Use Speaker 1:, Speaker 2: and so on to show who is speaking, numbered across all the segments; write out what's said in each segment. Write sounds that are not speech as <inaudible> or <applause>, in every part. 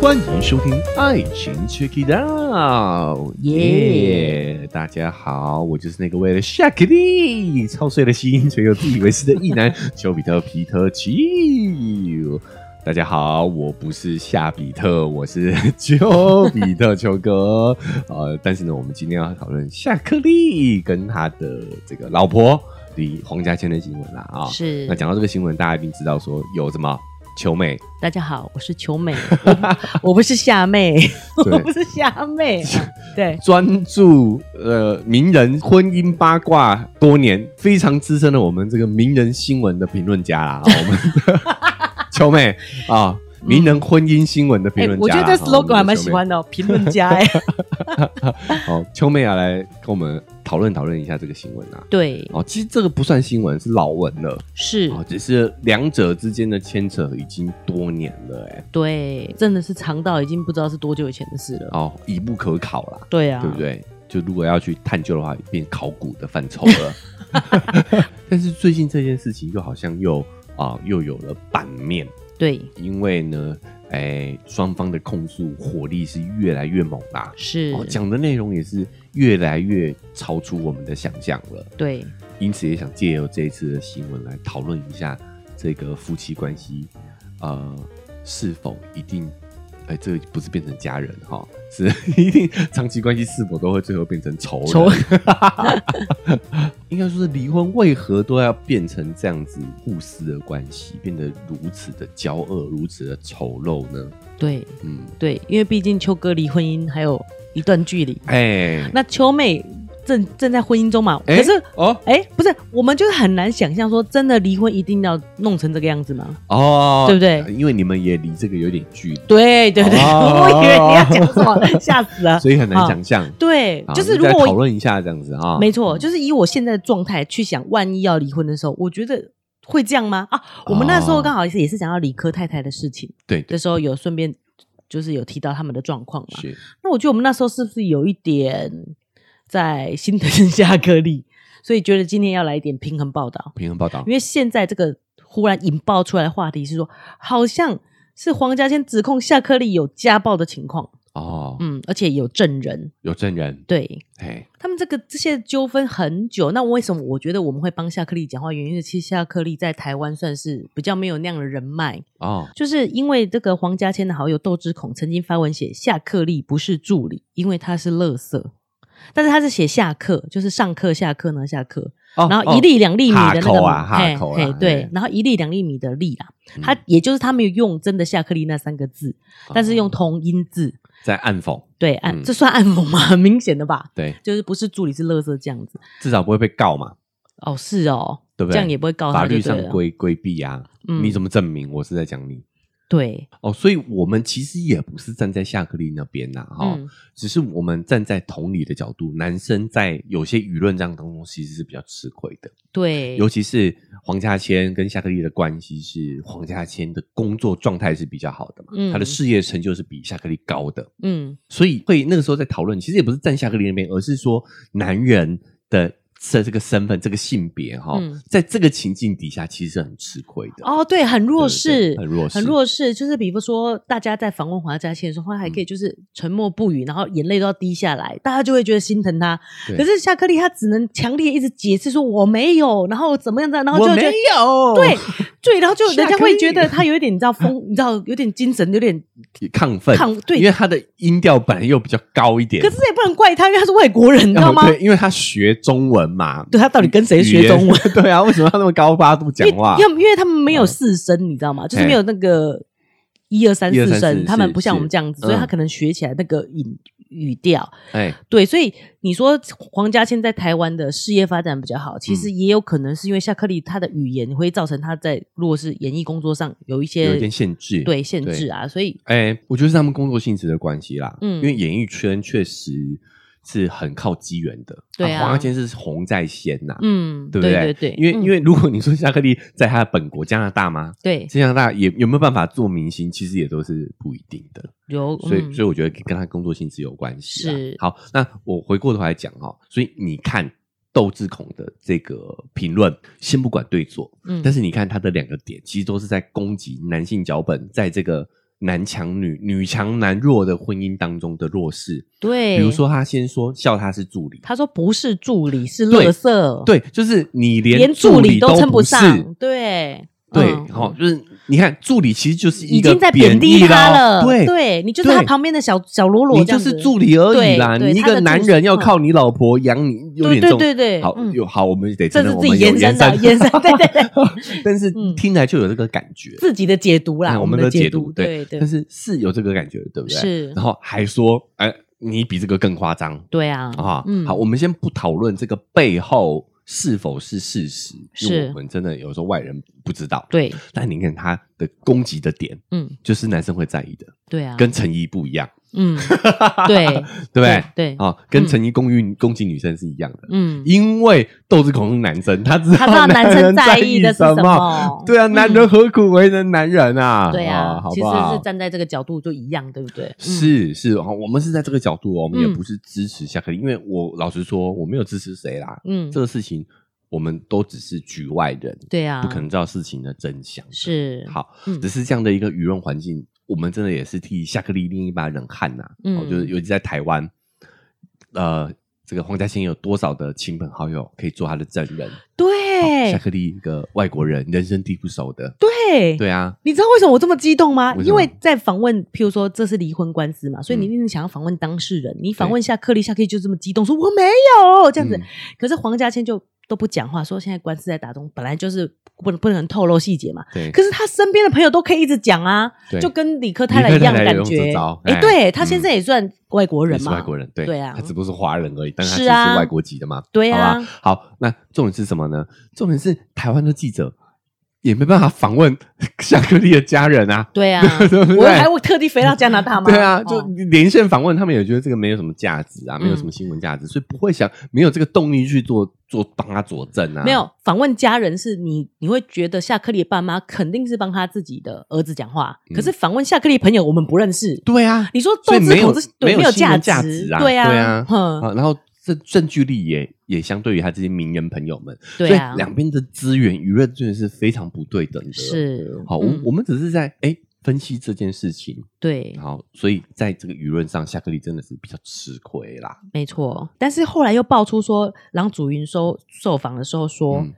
Speaker 1: 欢迎收听《爱情 Check It Out》，耶！大家好，我就是那个为了 Shaq 的操碎了心却又自以为是的异男丘比特皮特奇。大家好，我不是夏比特，我是 <laughs> 丘比特丘哥。呃，但是呢，我们今天要讨论夏克利跟他的这个老婆李黄家千的新闻啦啊、
Speaker 2: 是
Speaker 1: 那，讲到这个新闻，大家一定知道说有什么球妹，
Speaker 2: 大家好，我是
Speaker 1: <laughs>
Speaker 2: 球美，我不我不是夏妹，我
Speaker 1: 对
Speaker 2: 不是夏妹、啊，对，
Speaker 1: 专注呃名人婚姻八卦多年，非常资深的我们这个名人新闻的评论家
Speaker 2: <laughs>
Speaker 1: 啦，啊我们 <laughs> 秋妹啊，名人婚姻新闻的评
Speaker 2: 哎、
Speaker 1: 论
Speaker 2: 我
Speaker 1: 家
Speaker 2: 觉
Speaker 1: 啦、
Speaker 2: 得这
Speaker 1: 啊我
Speaker 2: slogan 还
Speaker 1: 们的
Speaker 2: 蛮
Speaker 1: 秋
Speaker 2: 喜
Speaker 1: 妹
Speaker 2: 欢的、哦，评论
Speaker 1: <laughs>
Speaker 2: 家哎，
Speaker 1: 好，秋妹要来跟我们讨论讨论一下这个新闻啊。
Speaker 2: 对，
Speaker 1: 哦，其实这个不算新闻，是老文了
Speaker 2: 是，
Speaker 1: 哦，只是两者之间的牵扯已经多年了、哎，
Speaker 2: 对，真的是长到已经不知道是多久以前的事了，
Speaker 1: 哦，已不可考啦。
Speaker 2: 对啊，
Speaker 1: 对不？对？就如果要去探究的话，变考古的范畴了。
Speaker 2: <laughs>
Speaker 1: 但是最近这件事情又好像又啊、又有了版面，
Speaker 2: 对，
Speaker 1: 因为呢，哎，双方的控诉火力是越来越猛啦、
Speaker 2: 是，
Speaker 1: 哦，讲的内容也是越来越超出我们的想象了。
Speaker 2: 对，
Speaker 1: 因此也想借由这一次的新闻来讨论一下这个夫妻关系，呃，是否一定，哎、这个不是变成家人哈，是一定长期关系是否都会最后变成仇人？
Speaker 2: 仇
Speaker 1: <laughs> 应该说是离婚为何都要变成这样子互撕的关系，变得如此的骄恶，如此的丑陋呢？
Speaker 2: 对，
Speaker 1: 嗯，
Speaker 2: 对，因为毕竟秋哥离婚姻还有一段距离，
Speaker 1: 哎、
Speaker 2: 那秋妹正正在婚姻中嘛，
Speaker 1: 哎
Speaker 2: 可是。
Speaker 1: 哦
Speaker 2: 哎、不是，我们就是很难想象说，真的离婚一定要弄成这个样子吗？
Speaker 1: 哦，
Speaker 2: 对不对？
Speaker 1: 因为你们也离这个有点距离，
Speaker 2: 对对对，
Speaker 1: 哦
Speaker 2: <laughs> 我以为你要讲什么， <laughs> 吓死了。
Speaker 1: 所以很难
Speaker 2: 呃好
Speaker 1: 想象。
Speaker 2: 对
Speaker 1: 好，
Speaker 2: 就是
Speaker 1: 啊你
Speaker 2: 如
Speaker 1: 再
Speaker 2: 果
Speaker 1: 讨
Speaker 2: 我
Speaker 1: 论一下这样子啊，
Speaker 2: 没错，就是以我现在的状态去想，万一要离婚的时候，我觉得会这样吗？啊，我们那时候刚好也是也是讲到理科太太的事情
Speaker 1: 哦对对
Speaker 2: 的时候，有顺便就是有提到他们的状况嘛。
Speaker 1: 是
Speaker 2: 那我觉得我们那时候是不是有一点在心 <laughs> 疼夏克力，所以觉得今天要来一点平衡报道，
Speaker 1: 平衡报道
Speaker 2: 因，为现在这个忽然引爆出来的话题是说，好像是黄家千指控夏克力有家暴的情况，
Speaker 1: 哦，
Speaker 2: 嗯，而且有证人，
Speaker 1: 有证人，
Speaker 2: 对，
Speaker 1: 哎，
Speaker 2: 他们这个这些纠纷很久，那为什么我觉得我们会帮夏克利讲话？原因是其实夏克利在台湾算是比较没有那样的人脉，
Speaker 1: 哦，
Speaker 2: 就是因为这个黄家千的好友窦之孔曾经发文写夏克利不是助理，因为他是垃圾，但是他是写下课，就是上课下课呢下课，
Speaker 1: 哦
Speaker 2: 然后一粒两粒米的那
Speaker 1: 哈
Speaker 2: 个
Speaker 1: 口
Speaker 2: 嘛，
Speaker 1: 啊哈
Speaker 2: 嘿
Speaker 1: 口啊
Speaker 2: 嘿
Speaker 1: 嘿
Speaker 2: 对，然后一粒两粒米的粒啦，
Speaker 1: 嗯哦
Speaker 2: 他也就是他没有用真的夏克利那三个字，但是用同音字，
Speaker 1: 在暗讽，
Speaker 2: 对，暗、
Speaker 1: 嗯
Speaker 2: 这算暗讽吗？ <laughs> 很明显的吧。
Speaker 1: 对，
Speaker 2: 就是不是助理是垃圾这样子，
Speaker 1: 至少不会被告嘛，
Speaker 2: 哦，是哦，
Speaker 1: 对不对
Speaker 2: 这样也不会告
Speaker 1: 法
Speaker 2: 他就
Speaker 1: 律
Speaker 2: 对
Speaker 1: 上
Speaker 2: 了。
Speaker 1: 规规避啊，
Speaker 2: 嗯
Speaker 1: 你怎么证明我是在讲你？
Speaker 2: 对，
Speaker 1: 哦，所以我们其实也不是站在夏克利那边呐，哈
Speaker 2: 嗯，，
Speaker 1: 只是我们站在同理的角度，男生在有些舆论战当中其实是比较吃亏的，
Speaker 2: 对，
Speaker 1: 尤其是黄家千跟夏克利的关系是黄家千的工作状态是比较好的嘛，
Speaker 2: 嗯
Speaker 1: 他的事业成就是比夏克利高的，
Speaker 2: 嗯，
Speaker 1: 所以会那个时候在讨论，其实也不是站夏克立那边，而是说男人的这这个身份、这个性别哈，
Speaker 2: 嗯
Speaker 1: 在这个情境底下其实是很吃亏的。
Speaker 2: 哦，对，很弱势，
Speaker 1: 对对很弱势
Speaker 2: 很弱势，就是比如说大家在访问黄家千的时候，他还可以
Speaker 1: 嗯
Speaker 2: 就是沉默不语，然后眼泪都要滴下来，大家就会觉得心疼他。
Speaker 1: 对
Speaker 2: 可是夏克利他只能强烈一直解释说我没有，然后怎么样怎么样，然后就
Speaker 1: 我没
Speaker 2: 会觉得
Speaker 1: 有 <laughs>
Speaker 2: 对对，然后就
Speaker 1: 夏
Speaker 2: 人家
Speaker 1: 克
Speaker 2: 会
Speaker 1: 立 <laughs>
Speaker 2: 觉得他有一点你知道疯，你知道有点精神有点
Speaker 1: 亢奋，
Speaker 2: 亢对
Speaker 1: 因为他的音调本来又比较高一点，
Speaker 2: 可是这也不能怪他，因为他是外国人，你知
Speaker 1: 然
Speaker 2: 道
Speaker 1: 后
Speaker 2: 吗？
Speaker 1: 对，因为他学中文嘛，
Speaker 2: 对他到底跟谁
Speaker 1: 语
Speaker 2: 学
Speaker 1: 言
Speaker 2: 中文？？
Speaker 1: <laughs> 对啊，为什么要那么高八度讲
Speaker 2: 因为
Speaker 1: 话？嗯
Speaker 2: 因为因为他们没有四声，你知道吗？就是没有那个一二三
Speaker 1: 一二
Speaker 2: 四
Speaker 1: 三四
Speaker 2: 声，他们不像
Speaker 1: 是
Speaker 2: 我们这样子，所以
Speaker 1: 嗯
Speaker 2: 他可能学起来那个语语调。
Speaker 1: 哎，
Speaker 2: 对，所以你说黄家千在台湾的事业发展比较好，其实也有可能是因为夏克利他的语言会造成他在如果是演艺工作上有
Speaker 1: 有
Speaker 2: 一些
Speaker 1: 一点限制，
Speaker 2: 对限制啊，所以
Speaker 1: 哎、我觉得是他们工作性质的关系啦。
Speaker 2: 嗯
Speaker 1: 因为演艺圈确实是很靠机缘的。
Speaker 2: 对啊
Speaker 1: 黄家千是红在先呐、
Speaker 2: 嗯，
Speaker 1: 对不
Speaker 2: 对对，
Speaker 1: 因为、因
Speaker 2: 为
Speaker 1: 为如果你说夏克立在他的本国加拿大吗？
Speaker 2: 对
Speaker 1: 加拿大也有没有办法做明星，其实也都是不一定的。
Speaker 2: 有
Speaker 1: 所以、
Speaker 2: 嗯
Speaker 1: 所以我觉得跟他工作性质有关系啦。
Speaker 2: 是
Speaker 1: 好，那我回过头来讲哈、所以你看窦智孔的这个评论，先不管对错，
Speaker 2: 嗯
Speaker 1: 但是你看他的两个点，其实都是在攻击男性脚本在这个男强女、女强男弱的婚姻当中的弱势。
Speaker 2: 对，
Speaker 1: 比如说，他先说笑他是助理，
Speaker 2: 他说不是助理，是
Speaker 1: 对
Speaker 2: 垃圾，，
Speaker 1: 对，就是你
Speaker 2: 连
Speaker 1: 助
Speaker 2: 助理
Speaker 1: 都
Speaker 2: 称
Speaker 1: 不是
Speaker 2: 上，对，
Speaker 1: 对，
Speaker 2: 嗯
Speaker 1: 好、就是你看助理其实就是一
Speaker 2: 已
Speaker 1: 个
Speaker 2: 经在贬
Speaker 1: 义
Speaker 2: 低他
Speaker 1: 咯
Speaker 2: 了，
Speaker 1: 对。
Speaker 2: 对你就是他
Speaker 1: 对
Speaker 2: 旁边的小小喽啰，
Speaker 1: 你就是助理而已啦，
Speaker 2: 对对
Speaker 1: 你一
Speaker 2: 他
Speaker 1: 个
Speaker 2: 的
Speaker 1: 男
Speaker 2: 助
Speaker 1: 人
Speaker 2: 理
Speaker 1: 要
Speaker 2: 嗯
Speaker 1: 靠你老婆养你，有点
Speaker 2: 对对
Speaker 1: 重。
Speaker 2: 对对，
Speaker 1: 好，
Speaker 2: 嗯
Speaker 1: 有好，我们得
Speaker 2: 这
Speaker 1: 承认
Speaker 2: 是
Speaker 1: 我
Speaker 2: 自
Speaker 1: 们
Speaker 2: 己
Speaker 1: 有
Speaker 2: 延
Speaker 1: 延
Speaker 2: 伸的，延伸，对对对，
Speaker 1: <laughs> 但是
Speaker 2: 嗯
Speaker 1: 听来就有这个感觉，
Speaker 2: 自己的解读啦，
Speaker 1: 哎我
Speaker 2: 们
Speaker 1: 们的解
Speaker 2: 解
Speaker 1: 读
Speaker 2: 对对
Speaker 1: 但，是是有这个感觉，对不对？。
Speaker 2: 是，
Speaker 1: 然后还说，哎，你比这个更夸张
Speaker 2: 对啊，
Speaker 1: 啊！好，我们先不讨论这个背后是否是事实，因为
Speaker 2: 是
Speaker 1: 我们真的有时候外人不知道。
Speaker 2: 对，
Speaker 1: 但你看他的攻击的点，
Speaker 2: 嗯，
Speaker 1: 就是男生会在意的，
Speaker 2: 对啊，
Speaker 1: 跟陈怡不一样， <laughs>
Speaker 2: 嗯，对
Speaker 1: 对不对？
Speaker 2: 对，
Speaker 1: 啊，跟陈怡攻击攻击女生是一样的，
Speaker 2: 嗯，
Speaker 1: 因为斗志恐是男生，他知
Speaker 2: 他知道
Speaker 1: 道
Speaker 2: 男
Speaker 1: 人
Speaker 2: 生
Speaker 1: 在
Speaker 2: 在意的是
Speaker 1: 什
Speaker 2: 什。么，
Speaker 1: 对啊，
Speaker 2: 嗯
Speaker 1: 男人何苦为难男人啊？
Speaker 2: 对啊，
Speaker 1: 好
Speaker 2: 其
Speaker 1: 不
Speaker 2: 实
Speaker 1: 好
Speaker 2: 是？站在这个角度就一样，对不对？嗯，
Speaker 1: 是是，哦我们是在这个角度哦，我们也
Speaker 2: 嗯
Speaker 1: 不是支持夏克立，因为我老实说，我没有支持谁啦。
Speaker 2: 嗯
Speaker 1: 这，个事情我们都只是局外人，
Speaker 2: 对啊，
Speaker 1: 不可能知道事情的真相。
Speaker 2: 是，
Speaker 1: 好，
Speaker 2: 嗯
Speaker 1: 只是这样的一个舆论环境，我们真的也是替夏克立另一把冷汗呐。哦，
Speaker 2: 嗯
Speaker 1: 就是尤其在台湾，呃，这个黄嘉欣有多少的亲朋好友可以做他的证人？
Speaker 2: 对
Speaker 1: 夏克立一个外国人，人生地不熟的，
Speaker 2: 对。
Speaker 1: 对啊，
Speaker 2: 你知道为什么我这么激动吗？
Speaker 1: 为什么嗯
Speaker 2: 因为在访问，譬如说这是离婚官司嘛，所以你一定想要访问当事人。你访问夏克立，夏克立就这么激动，说我没有这样子。
Speaker 1: 嗯
Speaker 2: 可是黄家千就都不讲话，说现在官司在打中，本来就是不能不能透露细节嘛。
Speaker 1: 对，
Speaker 2: 可是他身边的朋友都可以一直讲啊，
Speaker 1: 对
Speaker 2: 就跟理科太太一样
Speaker 1: 理科太
Speaker 2: 的感
Speaker 1: 太也用这
Speaker 2: 觉
Speaker 1: 招。哎
Speaker 2: 哎，对他
Speaker 1: 嗯
Speaker 2: 先生也算外国
Speaker 1: 也
Speaker 2: 人
Speaker 1: 是
Speaker 2: 嘛，
Speaker 1: 外国人，对
Speaker 2: 对啊
Speaker 1: 他只不过是华人而已，但他其
Speaker 2: 是
Speaker 1: 实
Speaker 2: 啊
Speaker 1: 是外国籍的嘛，
Speaker 2: 对啊
Speaker 1: 好吧，好，那重点是什么呢？重点是台湾的记者也没办法访问 <laughs> 夏克立的家人啊，，
Speaker 2: 对啊
Speaker 1: <laughs> 对不对
Speaker 2: 我还我特地飞到加拿大吗？
Speaker 1: 对啊，
Speaker 2: 哦
Speaker 1: 就连线访问，他们也觉得这个没有什么价值啊，
Speaker 2: 嗯
Speaker 1: 没有什么新闻价值，所以不会想没有这个动力去做做帮他佐证啊，
Speaker 2: 没有访问家人是你，你会觉得夏克立的爸妈肯定是帮他自己的儿子讲话，
Speaker 1: 嗯
Speaker 2: 可是访问夏克立朋友，我们不认识。
Speaker 1: 对啊，
Speaker 2: 你说
Speaker 1: 所
Speaker 2: 斗
Speaker 1: 以
Speaker 2: 智
Speaker 1: 没有
Speaker 2: 孔是
Speaker 1: 没
Speaker 2: 对
Speaker 1: 有
Speaker 2: 没有
Speaker 1: 新闻价值
Speaker 2: 值
Speaker 1: 啊，
Speaker 2: 对
Speaker 1: 对啊
Speaker 2: 哼，
Speaker 1: 啊，然后证证据力也也相对于他这些名人朋友们，
Speaker 2: 对
Speaker 1: 所
Speaker 2: 啊
Speaker 1: 以，两边的资源舆论真的是非常不对等的。，
Speaker 2: 是
Speaker 1: 好，我
Speaker 2: 嗯
Speaker 1: 我们只是在哎分析这件事情，
Speaker 2: 对，
Speaker 1: 好，所以在这个舆论上，夏克立真的是比较吃亏啦。
Speaker 2: 没错。但是后来又爆出说，郎祖云受受访的时候说
Speaker 1: 嗯，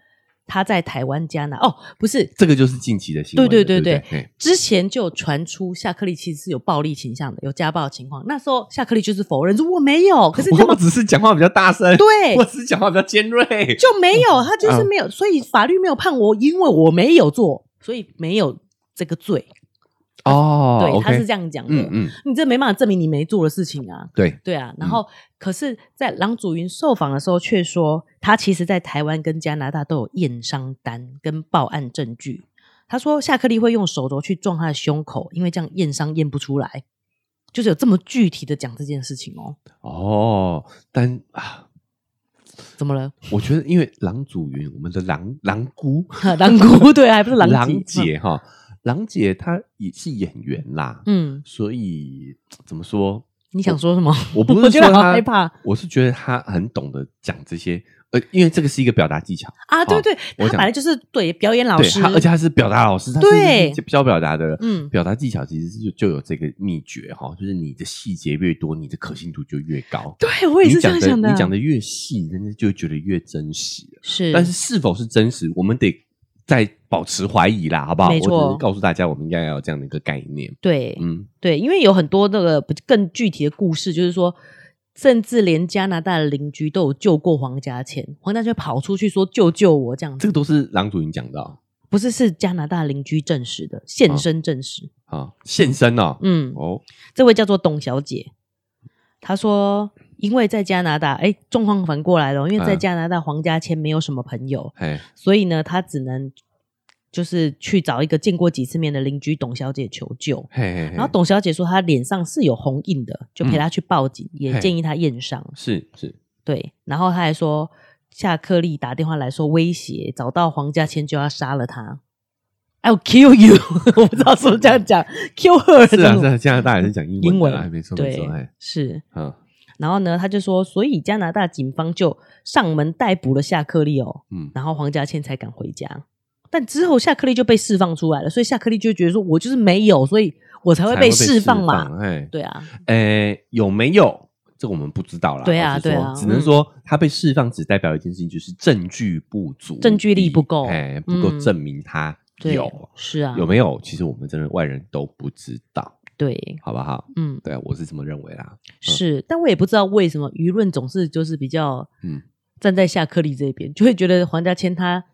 Speaker 2: 他在台湾、加拿哦，不是
Speaker 1: 这个就是近期的新闻了，
Speaker 2: 对
Speaker 1: 对
Speaker 2: 对对
Speaker 1: 不嘿
Speaker 2: 之前就有传出夏克立其实是有暴力倾向的，有家暴情况。那时候夏克立就是否认说我没有，可是
Speaker 1: <laughs> 我
Speaker 2: 这
Speaker 1: 我
Speaker 2: 么
Speaker 1: 只是讲话比较大声，
Speaker 2: 对
Speaker 1: 我只是讲话比较尖锐，
Speaker 2: <laughs> 就没
Speaker 1: 嗯
Speaker 2: 有，他就是没有，所以法律没有判我，因为我没有做，所以没有这个罪。
Speaker 1: 哦
Speaker 2: 对，他是
Speaker 1: 样，
Speaker 2: 这样讲的。
Speaker 1: 嗯嗯，
Speaker 2: 你这没办法证明你没做的事情啊，
Speaker 1: 对，
Speaker 2: 对啊。然后，可是，在郎祖云受访的时候，却说他其实在台湾跟加拿大都有验伤单跟报案证据。他说夏克立会用手肘去撞他的胸口，因为这样验伤验不出来，就是有这么具体的讲这件事情哦。
Speaker 1: 哦，但啊，
Speaker 2: 怎么了？ <laughs>
Speaker 1: 我觉得因为郎祖云，我们的郎郎姑、
Speaker 2: 狼姑对，还不
Speaker 1: <laughs>
Speaker 2: 是狼
Speaker 1: 郎
Speaker 2: 藉，
Speaker 1: 姐哈，郎姐她也是演员啦，
Speaker 2: 嗯，
Speaker 1: 所以怎么说？
Speaker 2: 你想说什么？
Speaker 1: 我不是
Speaker 2: 我觉
Speaker 1: 说
Speaker 2: 得好
Speaker 1: 她
Speaker 2: 害怕，
Speaker 1: 我是觉得她很懂得讲这些，呃，因为这个是一个表达技巧，
Speaker 2: 啊，对对，
Speaker 1: 哦我
Speaker 2: 他
Speaker 1: 想
Speaker 2: 本来就是对表演老
Speaker 1: 对，
Speaker 2: 师，
Speaker 1: 她而且她是表达老师，她
Speaker 2: 对
Speaker 1: 是教表达的，
Speaker 2: 嗯，
Speaker 1: 表达技巧其实是就就有这个秘诀哈，就是你的细节越多，你的可信度就越高。
Speaker 2: 对我也是这样
Speaker 1: 你讲
Speaker 2: 想
Speaker 1: 的，你讲
Speaker 2: 的
Speaker 1: 的越细，人家就觉得越真实了。
Speaker 2: 是，
Speaker 1: 但是是否是真实，我们得再保持怀疑啦，好不好？
Speaker 2: 没错
Speaker 1: 我只是告诉大家，我们应该要有这样的一个概念。
Speaker 2: 对、
Speaker 1: 嗯，
Speaker 2: 对，因为有很多那个不更具体的故事，就是说，甚至连加拿大的邻居都有救过黄家千，黄家千跑出去说救救我这样
Speaker 1: 这
Speaker 2: 子，
Speaker 1: 个都是郎主云讲的啊
Speaker 2: 不是是加拿大邻居证实的，现
Speaker 1: 哦
Speaker 2: 身证实，
Speaker 1: 啊，现身哦，
Speaker 2: 嗯，
Speaker 1: 哦，
Speaker 2: 这位叫做董小姐，她说。因为在加拿大，哎，状况反过来了。因为在
Speaker 1: 嗯
Speaker 2: 加拿大，黄家千没有什么朋友，
Speaker 1: 嘿，
Speaker 2: 所以呢，他只能就是去找一个见过几次面的邻居董小姐求救。
Speaker 1: 嘿嘿嘿，
Speaker 2: 然后董小姐说她脸上是有红印的，就陪她去报警，
Speaker 1: 嗯嘿
Speaker 2: 也建议她验伤。
Speaker 1: 是 <laughs> 是，
Speaker 2: 对，然后她还说夏克立打电话来说威胁，找到黄家千就要杀了他。I will kill you，我 <laughs> 不知道是不是这样讲，kill her
Speaker 1: 是
Speaker 2: 这
Speaker 1: 啊
Speaker 2: 种
Speaker 1: 是啊，加拿大也是讲英
Speaker 2: 英
Speaker 1: 文的啊，
Speaker 2: 文
Speaker 1: 没错没
Speaker 2: 对
Speaker 1: 错，哎，
Speaker 2: 是。
Speaker 1: 嗯
Speaker 2: 然后呢，他就说，所以加拿大警方就上门逮捕了夏克立哦，
Speaker 1: 嗯，
Speaker 2: 然后黄家千才敢回家。但之后夏克立就被释放出来了，所以夏克立就觉得说，我就是没有，所以我才会
Speaker 1: 才
Speaker 2: 被
Speaker 1: 释
Speaker 2: 释放嘛。
Speaker 1: 放。哎，
Speaker 2: 对啊，
Speaker 1: 诶，有没有？这个我们不知道啦。
Speaker 2: 对啊
Speaker 1: 老实说
Speaker 2: 对啊
Speaker 1: 只能说他被释放，只代表一件事情，就是证据不足，
Speaker 2: 证据力不够
Speaker 1: 哎，不够
Speaker 2: 嗯
Speaker 1: 证明他
Speaker 2: 对
Speaker 1: 有
Speaker 2: 是啊，
Speaker 1: 有没有？其实我们真的外人都不知道，
Speaker 2: 对，
Speaker 1: 好不好？
Speaker 2: 嗯，
Speaker 1: 对啊，我是这么认为啦。
Speaker 2: 是，但我也不知道为什么舆论总是就是比较
Speaker 1: 嗯，
Speaker 2: 站在夏克立这边，就会觉得黄家千他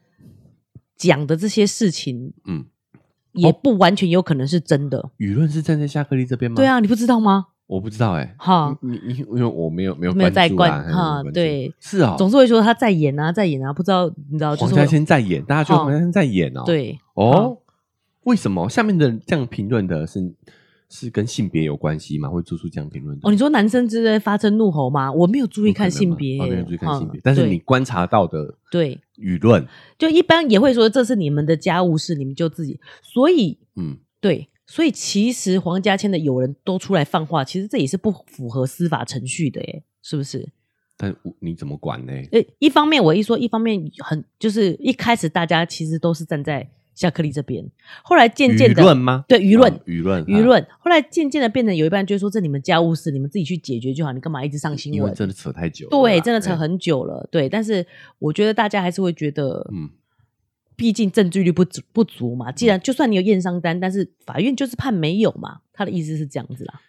Speaker 2: 讲的这些事情，
Speaker 1: 嗯，哦
Speaker 2: 也不完全有可能是真的。
Speaker 1: 舆论是站在夏克力这边吗？
Speaker 2: 对，啊，你不知道吗？
Speaker 1: 我不知道哎。
Speaker 2: 哈，
Speaker 1: 你你因为我没有没有
Speaker 2: 没有在
Speaker 1: 关注啦
Speaker 2: 关
Speaker 1: 嘿
Speaker 2: 哈
Speaker 1: 没有关注
Speaker 2: 对
Speaker 1: 是啊，
Speaker 2: 总是会说他在演啊，在演啊，不知道你知道，就
Speaker 1: 黄
Speaker 2: 是
Speaker 1: 嘉
Speaker 2: 会
Speaker 1: 千在演，大家觉得
Speaker 2: 哦
Speaker 1: 黄嘉千在演哦，，
Speaker 2: 对嗯
Speaker 1: 哦，为什么下面的这样评论的是是跟性别有关系吗？会做出这样评论的？
Speaker 2: 哦，你说男生之间发生怒吼吗？我没有注
Speaker 1: 注
Speaker 2: 意看性别
Speaker 1: 哦，
Speaker 2: 耶，
Speaker 1: 没有注意看性别
Speaker 2: 嗯，
Speaker 1: 但是
Speaker 2: 对
Speaker 1: 你观察到的
Speaker 2: 对，
Speaker 1: 舆论，
Speaker 2: 就一般也会说这是你们的家务事，你们就自己，所以
Speaker 1: 嗯，
Speaker 2: 对，所以其实黄家千的友人都出来放话，其实这也是不符合司法程序的耶，是不是？
Speaker 1: 但我你怎么管呢？
Speaker 2: 呃，一方面我一说，一方面很就是一开始大家其实都是站在夏克利这边，后来渐渐
Speaker 1: 舆
Speaker 2: 的
Speaker 1: 论吗？
Speaker 2: 对舆论
Speaker 1: 哦。舆论，
Speaker 2: 舆
Speaker 1: 啊，
Speaker 2: 论后来渐渐的变成有一半就会说这你们家务事，你们自己去解决就好，你干嘛一直上新
Speaker 1: 因为
Speaker 2: 闻？
Speaker 1: 真的扯太久了啦，
Speaker 2: 对，真的扯
Speaker 1: 哎，
Speaker 2: 很久了。对，但是我觉得大家还是会觉得，
Speaker 1: 嗯，
Speaker 2: 毕竟证据率不足不足嘛。既然就算你有验伤单，但是法院就是判没有嘛。他的意思是这样子啦。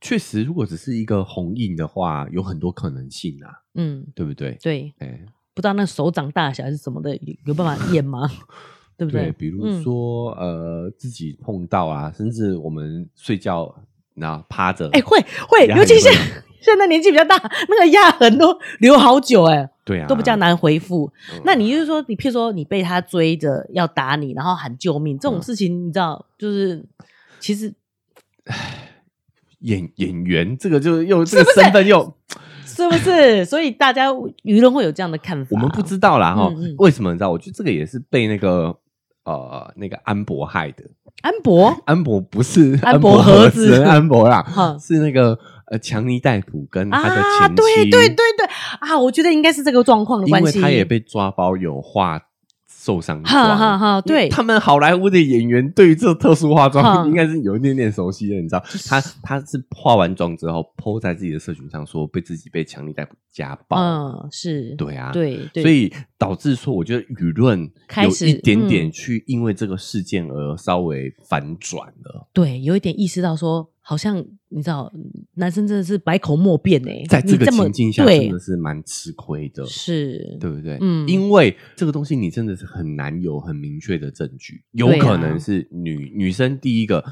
Speaker 1: 确实，如果只是一个红印的话，有很多可能性啊，
Speaker 2: 嗯，
Speaker 1: 对不对？
Speaker 2: 对，
Speaker 1: 哎，
Speaker 2: 不知道那手掌大小还是什么的，有有办法验吗？ <laughs> 对不
Speaker 1: 对，
Speaker 2: 对？
Speaker 1: 比如
Speaker 2: 嗯，
Speaker 1: 说呃，自己碰到啊，甚至我们睡觉那趴着，
Speaker 2: 哎、会会，
Speaker 1: 压
Speaker 2: 尤其
Speaker 1: 力
Speaker 2: 现
Speaker 1: 会
Speaker 2: 现在年纪比较大，那个压痕都留好久、哎、
Speaker 1: 对啊，
Speaker 2: 都比较难回复。
Speaker 1: 嗯。
Speaker 2: 那你就是说，你譬如说你被他追着要打你，然后喊救命这
Speaker 1: 嗯
Speaker 2: 种事情，你知道，就是其实
Speaker 1: 演演员这个就又这
Speaker 2: 是不
Speaker 1: 个
Speaker 2: 是
Speaker 1: 身份
Speaker 2: <laughs>
Speaker 1: 又
Speaker 2: 是不是？所以大家舆论会有这样的看法，
Speaker 1: 我们不知道啦哈
Speaker 2: 嗯嗯，
Speaker 1: 为什么你知道？我觉得这个也是被那个呃那个安博害的。
Speaker 2: 安博
Speaker 1: <laughs> 安博不是
Speaker 2: 安博
Speaker 1: 盒
Speaker 2: 盒子
Speaker 1: 安博啦
Speaker 2: 哈，
Speaker 1: 是那个呃强尼戴普跟嗯他的
Speaker 2: 啊，
Speaker 1: 前妻，
Speaker 2: 对对对对啊，我觉得应该是这个状况的
Speaker 1: 因
Speaker 2: 关
Speaker 1: 为
Speaker 2: 系，
Speaker 1: 他也被抓包有化受伤
Speaker 2: 哈哈
Speaker 1: 妆。
Speaker 2: 哈，对，嗯
Speaker 1: 他们好莱坞的演员对于这特殊化妆
Speaker 2: 哈
Speaker 1: 应该是有一点点熟悉的，你知道，他他是化完妆之后，PO 在自己的社群上说被自己被强尼戴普家暴，
Speaker 2: 嗯，是，
Speaker 1: 对啊，
Speaker 2: 对对，
Speaker 1: 所以导致说，我觉得舆论
Speaker 2: 开
Speaker 1: 有
Speaker 2: 始
Speaker 1: 一点点去因为这个事件而稍微反转了，
Speaker 2: 对有一点意识到说，好像你知道，男生真的是百口莫辩哎，
Speaker 1: 在这
Speaker 2: 你
Speaker 1: 个
Speaker 2: 么
Speaker 1: 情境下真
Speaker 2: 对
Speaker 1: 的，是蛮吃亏的，
Speaker 2: 是，
Speaker 1: 对不对？
Speaker 2: 嗯
Speaker 1: 因为这个东西你真的是很难有很明确的证据，有
Speaker 2: 对啊
Speaker 1: 可能是女、女生第一个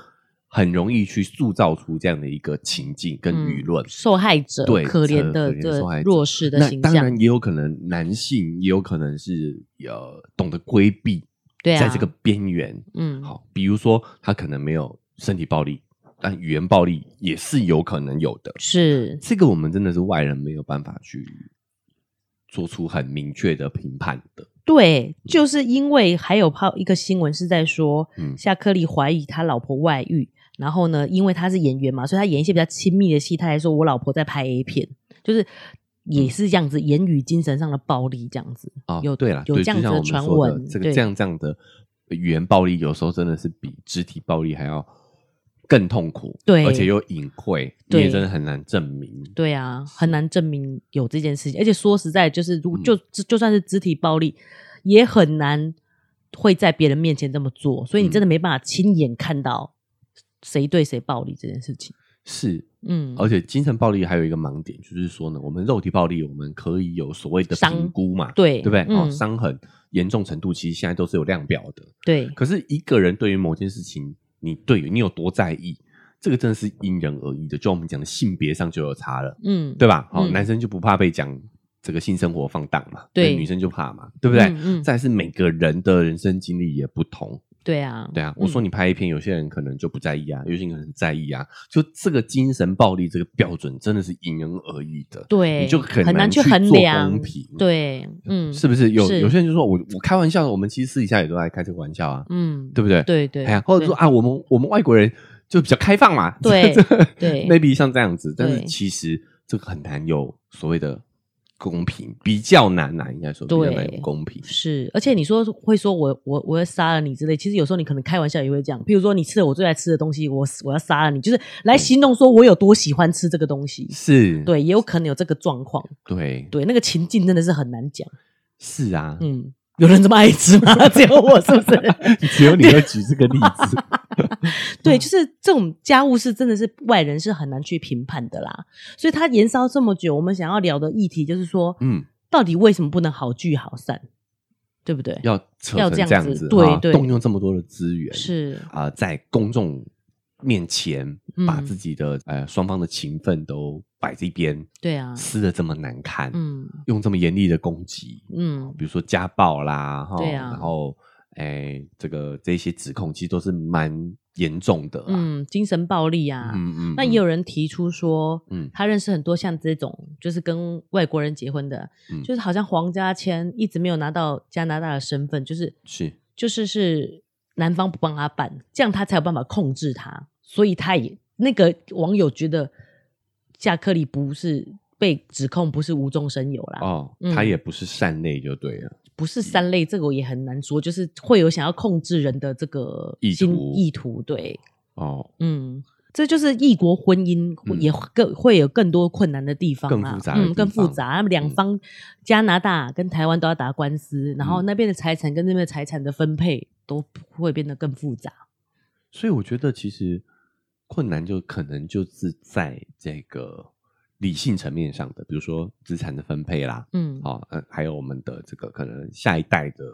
Speaker 1: 很容易去塑造出这样的一个情境跟
Speaker 2: 嗯
Speaker 1: 舆论。
Speaker 2: 受害者，
Speaker 1: 对
Speaker 2: 可
Speaker 1: 可
Speaker 2: 怜的
Speaker 1: 可怜受害
Speaker 2: 的
Speaker 1: 者
Speaker 2: 弱势的
Speaker 1: 那
Speaker 2: 形
Speaker 1: 当
Speaker 2: 象
Speaker 1: 然，也有可能男性，也有可能是呃懂得规避，
Speaker 2: 对啊，
Speaker 1: 在这个边缘，
Speaker 2: 嗯，
Speaker 1: 好，比如说他可能没有身体暴力，但语言暴力也是有可能有的。
Speaker 2: 是
Speaker 1: 这个我们真的是外人没有办法去做出很明确的评判的。
Speaker 2: 对，就是因为还有泡一个新闻是在说，
Speaker 1: 嗯
Speaker 2: 夏克利怀疑他老婆外遇，然后呢，因为他是演员嘛，所以他演一些比较亲密的戏，他还说我老婆在拍 A 片，就是
Speaker 1: 嗯
Speaker 2: 也是这样子，言语精神上的暴力这样子。
Speaker 1: 啊，
Speaker 2: 有
Speaker 1: 对啦，
Speaker 2: 有
Speaker 1: 对
Speaker 2: 这样
Speaker 1: 就像我们
Speaker 2: 子的传
Speaker 1: 说的
Speaker 2: 闻，
Speaker 1: 这个
Speaker 2: 对
Speaker 1: 这样这样的语言暴力，有时候真的是比肢体暴力还要更痛苦，
Speaker 2: 对
Speaker 1: 而且又隐晦，你也
Speaker 2: 对
Speaker 1: 真的很难证明。
Speaker 2: 对啊，很难证明有这件事情，而且说实在，就是如
Speaker 1: 嗯
Speaker 2: 就就算是肢体暴力，也很难会在别人面前这么做，所以你
Speaker 1: 嗯
Speaker 2: 真的没办法亲眼看到谁对谁暴力这件事情。
Speaker 1: 是，
Speaker 2: 嗯，
Speaker 1: 而且精神暴力还有一个盲点，就是说呢，我们肉体暴力我们可以有所谓的
Speaker 2: 伤
Speaker 1: 评估嘛，
Speaker 2: 对
Speaker 1: 对不对？哦，
Speaker 2: 嗯
Speaker 1: 伤痕严重程度其实现在都是有量表的。
Speaker 2: 对，
Speaker 1: 可是一个人对于某件事情，你对于你有多在意，这个真的是因人而异的。就我们讲的性别上就有差了，
Speaker 2: 嗯，
Speaker 1: 对吧？好、
Speaker 2: 嗯
Speaker 1: 男生就不怕被讲这个性生活放荡嘛，
Speaker 2: 对
Speaker 1: 那女生就怕嘛，对不对？
Speaker 2: 嗯嗯
Speaker 1: 再是每个人的人生经历也不同，
Speaker 2: 对啊，
Speaker 1: 对啊，我说
Speaker 2: 嗯
Speaker 1: 你拍一篇，有些人可能就不在意啊，有些人可能在意啊，就这个精神暴力这个标准真的是因人而异的，
Speaker 2: 对，
Speaker 1: 你就
Speaker 2: 很
Speaker 1: 难
Speaker 2: 难去
Speaker 1: 去
Speaker 2: 衡
Speaker 1: 做
Speaker 2: 量
Speaker 1: 公平，，
Speaker 2: 对，嗯，
Speaker 1: 是不是？有
Speaker 2: 是
Speaker 1: 有些人就说我我开玩笑，我们其实私底下也都在开这个玩笑啊，
Speaker 2: 嗯，
Speaker 1: 对不对？
Speaker 2: 对对，
Speaker 1: 哎呀，或者说啊，我们我们外国人就比较开放嘛，
Speaker 2: 对
Speaker 1: 这
Speaker 2: 对
Speaker 1: ，maybe 像这样子，但是
Speaker 2: 对
Speaker 1: 其实这个很难有所谓的公平，比较难啊，应该说比较难
Speaker 2: 对
Speaker 1: 公平。
Speaker 2: 是，而且你说会说我我我要杀了你之类，其实有时候你可能开玩笑也会这样，譬如说你吃了我最爱吃的东西，我我要杀了你，就是来形容说我有多喜欢吃这个东西。
Speaker 1: 是，
Speaker 2: 对，也有可能有这个状况。
Speaker 1: 对
Speaker 2: 对，那个情境真的是很难讲。
Speaker 1: 是啊，
Speaker 2: 嗯，有人这么爱吃吗？ <laughs> 只有我是不是？
Speaker 1: <laughs> 只有你会举这个例
Speaker 2: <laughs>
Speaker 1: 子。嗯
Speaker 2: 对，就是这种家务事真的是外人是很难去评判的啦。所以它延烧这么久，我们想要聊的议题就是说，
Speaker 1: 嗯，
Speaker 2: 到底为什么不能好聚好散？对不对？
Speaker 1: 要扯
Speaker 2: 要
Speaker 1: 成
Speaker 2: 这
Speaker 1: 这
Speaker 2: 样
Speaker 1: 样
Speaker 2: 子
Speaker 1: 子，
Speaker 2: 对
Speaker 1: 啊
Speaker 2: 对
Speaker 1: 动用这么多的资源，
Speaker 2: 是
Speaker 1: 啊、在公众面前
Speaker 2: 嗯
Speaker 1: 把自己的、呃双方的情分都摆这边，
Speaker 2: 对啊，
Speaker 1: 撕的这么难看，
Speaker 2: 嗯
Speaker 1: 用这么严厉的攻击，
Speaker 2: 嗯，
Speaker 1: 比如说家暴啦，哈，
Speaker 2: 对啊
Speaker 1: 然后哎、这个这些指控其实都是蛮严重的啦，
Speaker 2: 嗯，精神暴力啊。
Speaker 1: 嗯
Speaker 2: 那也有人提出说，
Speaker 1: 嗯
Speaker 2: 他认识很多像这种就是跟外国人结婚的，
Speaker 1: 嗯
Speaker 2: 就是好像黄家千一直没有拿到加拿大的身份，就是
Speaker 1: 是
Speaker 2: 就是是男方不帮他办，这样他才有办法控制他。所以他也那个网友觉得夏克利不是被指控，不是无中生有啦，
Speaker 1: 哦，
Speaker 2: 嗯
Speaker 1: 他也不是善类就对了，
Speaker 2: 不是三类，这个我也很难说，就是会有想要控制人的这个
Speaker 1: 意
Speaker 2: 心
Speaker 1: 图
Speaker 2: 意图，对，
Speaker 1: 哦，
Speaker 2: 嗯。这就是异国婚姻
Speaker 1: 嗯
Speaker 2: 也更会有更多困难的地方
Speaker 1: 更
Speaker 2: 啦
Speaker 1: 复杂的地
Speaker 2: 嗯，更复
Speaker 1: 方
Speaker 2: 杂。他们两
Speaker 1: 嗯
Speaker 2: 方加拿大跟台湾都要打官司，然后
Speaker 1: 嗯
Speaker 2: 那边的财产跟这边的财产的分配都会变得更复杂。
Speaker 1: 所以我觉得其实困难就可能就是在这个理性层面上的，比如说资产的分配啦，
Speaker 2: 嗯，
Speaker 1: 好、哦，呃，还有我们的这个可能下一代的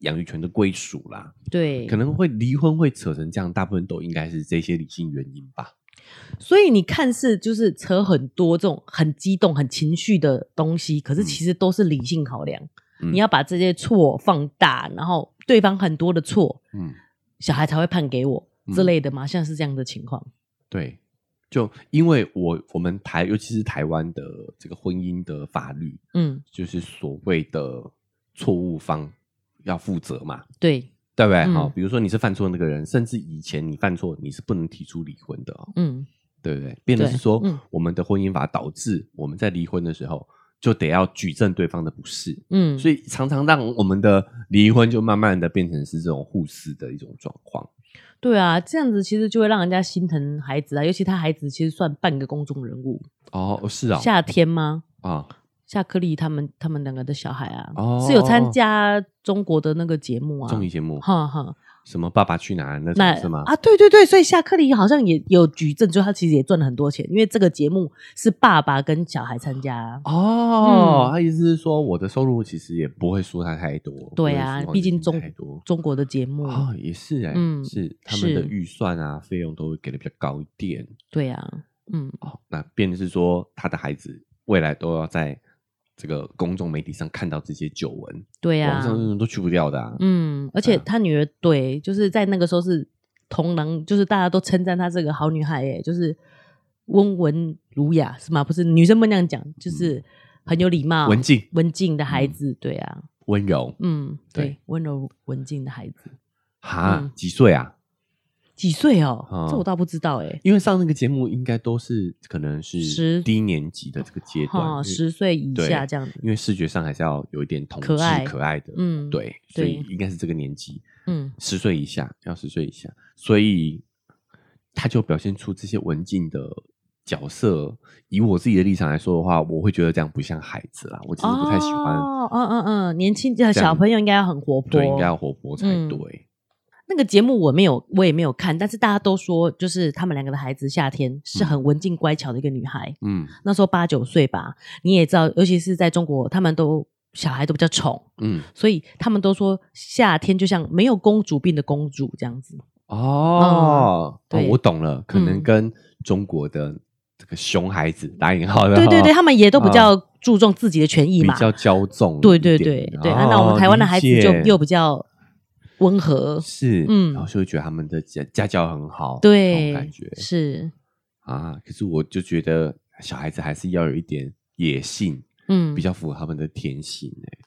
Speaker 1: 养育权的归属啦，
Speaker 2: 对，
Speaker 1: 可能会离婚会扯成这样，大部分都应该是这些理性原因吧。
Speaker 2: 所以你看似就是扯很多这种很激动、很情绪的东西，可是
Speaker 1: 嗯
Speaker 2: 其实都是理性考量。
Speaker 1: 嗯
Speaker 2: 你要把这些错放大，然后对方很多的错，
Speaker 1: 嗯，
Speaker 2: 小孩才会判给我
Speaker 1: 嗯
Speaker 2: 之类的吗？像是这样的情况，
Speaker 1: 对，就因为我我们台，尤其是台湾的这个婚姻的法律，
Speaker 2: 嗯，
Speaker 1: 就是所谓的错误方要负责嘛，
Speaker 2: 对，
Speaker 1: 对不对？
Speaker 2: 嗯
Speaker 1: 好、比如说你是犯错的那个人，甚至以前你犯错，你是不能提出离婚的、哦，
Speaker 2: 嗯，
Speaker 1: 对不对？变的
Speaker 2: 对
Speaker 1: 是说，
Speaker 2: 嗯
Speaker 1: 我们的婚姻法导致我们在离婚的时候，就得要举证对方的不是，
Speaker 2: 嗯，
Speaker 1: 所以常常让我们的离婚就慢慢的变成是这种互撕的一种状况。
Speaker 2: 对啊，这样子其实就会让人家心疼孩子啊，尤其他孩子其实算半个公众人物，
Speaker 1: 哦，是啊、
Speaker 2: 夏天吗？
Speaker 1: 啊，
Speaker 2: 夏克立他们他们两个的小孩啊，
Speaker 1: 哦
Speaker 2: 是有参加中国的那个节目啊，
Speaker 1: 综艺节目，
Speaker 2: 哈哈，
Speaker 1: 什么《爸爸去哪儿》那
Speaker 2: 那
Speaker 1: 种是吗？
Speaker 2: 啊，对对对，所以夏克立好像也有举证，就他其实也赚了很多钱，因为这个节目是爸爸跟小孩参加。
Speaker 1: 哦
Speaker 2: 嗯，
Speaker 1: 他意思是说我的收入其实也不会输他太多。
Speaker 2: 对
Speaker 1: 不
Speaker 2: 啊
Speaker 1: 会输黄
Speaker 2: 毕竟
Speaker 1: 金
Speaker 2: 中
Speaker 1: 太多
Speaker 2: 中国的节目，
Speaker 1: 哦，也是哎、
Speaker 2: 嗯
Speaker 1: 是他们的
Speaker 2: 是
Speaker 1: 预算啊，费用都会给的比较高一点
Speaker 2: 对啊，嗯，
Speaker 1: 哦。那变的是说，他的孩子未来都要在这个公众媒体上看到这些旧闻，
Speaker 2: 对
Speaker 1: 网
Speaker 2: 啊
Speaker 1: 上，这种都去不掉的、啊。
Speaker 2: 嗯，而且
Speaker 1: 嗯
Speaker 2: 他女儿对，就是在那个时候是同郎，就是大家都称赞她是个好女孩，哎，就是温文儒雅是吗？不是，女生不能那样讲，就是很有礼貌、
Speaker 1: 嗯文静、
Speaker 2: 文静的孩子，对啊，
Speaker 1: 温柔，
Speaker 2: 嗯，对
Speaker 1: 对，
Speaker 2: 温柔文静的孩子，
Speaker 1: 哈，
Speaker 2: 嗯
Speaker 1: 几岁啊？
Speaker 2: 几岁哦？
Speaker 1: 哦
Speaker 2: 这我倒不知道，哎。
Speaker 1: 因为上那个节目应该都是可能是
Speaker 2: 十
Speaker 1: 低年级的这个阶段，因
Speaker 2: 哈、
Speaker 1: 为
Speaker 2: 十岁以
Speaker 1: 对
Speaker 2: 下这样子。
Speaker 1: 因为视觉上还是要有一点童
Speaker 2: 可
Speaker 1: 稚
Speaker 2: 爱
Speaker 1: 可爱的，
Speaker 2: 嗯
Speaker 1: 对，所以
Speaker 2: 对
Speaker 1: 应该是这个年纪，
Speaker 2: 嗯，
Speaker 1: 十岁以下，要十岁以下，所以他就表现出这些文静的角色。以我自己的立场来说的话，我会觉得这样不像孩子啦，我其实不太喜欢，
Speaker 2: 哦，嗯嗯嗯，年轻的
Speaker 1: 这样
Speaker 2: 小朋友应该要很活泼。
Speaker 1: 对，应该要活泼才
Speaker 2: 嗯
Speaker 1: 对。
Speaker 2: 那个节目我没有，我也没有看，但是大家都说，就是他们两个的孩子夏天是很文静乖巧的一个女孩，
Speaker 1: 嗯
Speaker 2: 那时候八九岁吧。你也知道，尤其是在中国，他们都小孩都比较宠，
Speaker 1: 嗯，
Speaker 2: 所以他们都说夏天就像没有公主病的公主这样子。
Speaker 1: 哦，哦
Speaker 2: 嗯对
Speaker 1: 我懂了，可能
Speaker 2: 嗯
Speaker 1: 跟中国的这个熊孩子打引号的，
Speaker 2: 对对对，他们也都比较注重自己的权益
Speaker 1: 比
Speaker 2: 嘛。
Speaker 1: 较骄纵一点，
Speaker 2: 对对对对、啊那我们
Speaker 1: 哦
Speaker 2: 台湾的孩子
Speaker 1: 理解
Speaker 2: 就又比较温和。
Speaker 1: 是，
Speaker 2: 嗯
Speaker 1: 然后就会觉得他们的家家教很好，这
Speaker 2: 对，
Speaker 1: 种感觉
Speaker 2: 是，
Speaker 1: 啊。可是我就觉得小孩子还是要有一点野性，
Speaker 2: 嗯，
Speaker 1: 比较符合他们的天性、欸。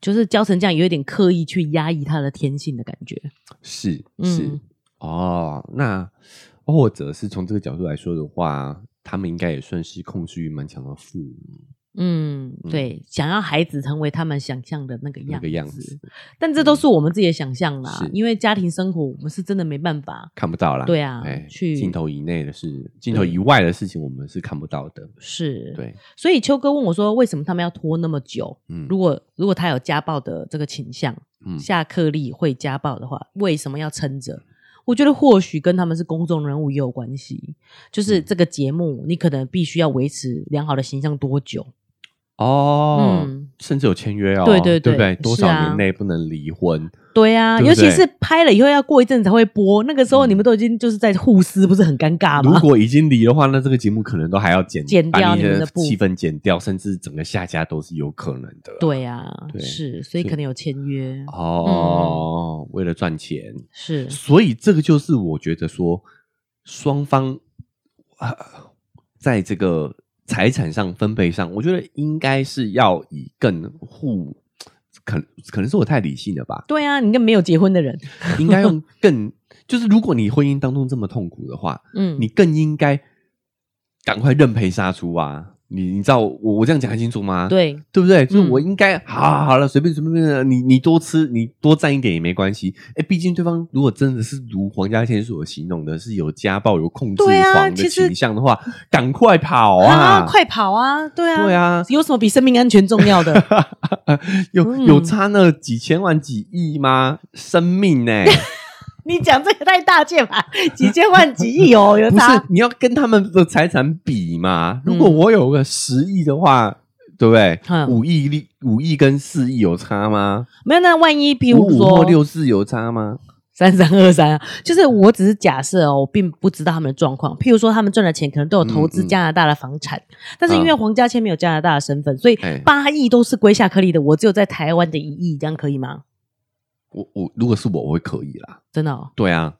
Speaker 2: 就是教成这样，有一点刻意去压抑他的天性的感觉。
Speaker 1: 是
Speaker 2: 嗯
Speaker 1: 是、哦，那或者是从这个角度来说的话，他们应该也算是控制欲蛮强的父母。
Speaker 2: 嗯，
Speaker 1: 嗯
Speaker 2: 对，想要孩子成为他们想象的那个样
Speaker 1: 那个样子嗯
Speaker 2: 但这都是我们自己的想象啦
Speaker 1: 是，
Speaker 2: 因为家庭生活我们是真的没办法。
Speaker 1: 看不到啦。
Speaker 2: 对啊
Speaker 1: 哎，
Speaker 2: 去
Speaker 1: 镜头以内的事，镜头以外的事情我们是看不到的。
Speaker 2: 是，，
Speaker 1: 对，
Speaker 2: 所以秋哥问我说，为什么他们要拖那么久？
Speaker 1: 嗯
Speaker 2: 如果如果他有家暴的这个倾向，
Speaker 1: 嗯
Speaker 2: 夏克利会家暴的话，为什么要撑着？我觉得或许跟他们是公众人物也有关系，就是
Speaker 1: 嗯
Speaker 2: 这个节目，你可能必须要维持良好的形象多久？
Speaker 1: 哦，
Speaker 2: 嗯，
Speaker 1: 甚至有签约哦，
Speaker 2: 对对
Speaker 1: 对不
Speaker 2: 对
Speaker 1: 对？多
Speaker 2: 是
Speaker 1: 少
Speaker 2: 啊
Speaker 1: 年内不能离婚？
Speaker 2: 对啊，
Speaker 1: 对不
Speaker 2: 尤其
Speaker 1: 对
Speaker 2: 是拍了以后要过一阵才会播，那个时候
Speaker 1: 嗯
Speaker 2: 你们都已经就是在互撕，不是很尴尬
Speaker 1: 如
Speaker 2: 吗？
Speaker 1: 果已经离的话，那这个节目可能都还要剪
Speaker 2: 啊剪掉
Speaker 1: 把你
Speaker 2: 你们的部
Speaker 1: 气氛剪掉，甚至整个下架都是有可能的啊。
Speaker 2: <laughs> 对嗯啊，
Speaker 1: 对
Speaker 2: 是，所
Speaker 1: 所
Speaker 2: 以
Speaker 1: 以
Speaker 2: 可能有签约，
Speaker 1: 哦，为了赚钱，
Speaker 2: 是
Speaker 1: 所以这个就是我觉得说双方啊，在这个财产上分配上，我觉得应该是要以更互，可可能是我太理性了吧，
Speaker 2: 对啊，你跟没有结婚的人，
Speaker 1: 应该用更 <laughs> 就是如果你婚姻当中这么痛苦的话，
Speaker 2: 嗯，
Speaker 1: 你更应该赶快认赔杀出啊！你你知道我我这样讲得清楚吗？。
Speaker 2: 对，
Speaker 1: 对不对？就是
Speaker 2: 嗯
Speaker 1: 我应该、好好好了，随便随便随便，你你多吃，你多占一点也没关系。哎，毕竟对方如果真的是如黄家千所形容的，是有家暴、有控制
Speaker 2: 对啊
Speaker 1: 狂的
Speaker 2: 其实
Speaker 1: 倾向的话，赶快跑啊！
Speaker 2: 啊，快跑啊，对啊，
Speaker 1: 对啊， <laughs>
Speaker 2: 有什么比生命安全重要的？
Speaker 1: 有、
Speaker 2: 嗯
Speaker 1: 有差那几千万、几亿吗？生命呢、
Speaker 2: <laughs> 你讲这个太大件吧， <laughs> 几千万、几亿 <laughs> 哦，有
Speaker 1: 不是
Speaker 2: 差？
Speaker 1: 你要跟他们的财产比嘛？如果我有个十亿的话，对不对？
Speaker 2: 嗯
Speaker 1: 五亿利五亿跟四亿有差吗？
Speaker 2: 没有，那万一比
Speaker 1: 五
Speaker 2: 如
Speaker 1: 五或
Speaker 2: 说
Speaker 1: 六四有差吗？
Speaker 2: 三三二三，啊就是我只是假设哦，我并不知道他们的状况。譬如说，他们赚的钱可能都有投资
Speaker 1: 嗯嗯啊
Speaker 2: 加拿大的房产，但是因为黄家千没有加拿大的身份，所以
Speaker 1: 哎
Speaker 2: 八亿都是归夏克利的，我只有在台湾的一亿，这样可以吗？
Speaker 1: 我我如果是我，我会可以啦。
Speaker 2: 真的、哦、
Speaker 1: 对啊，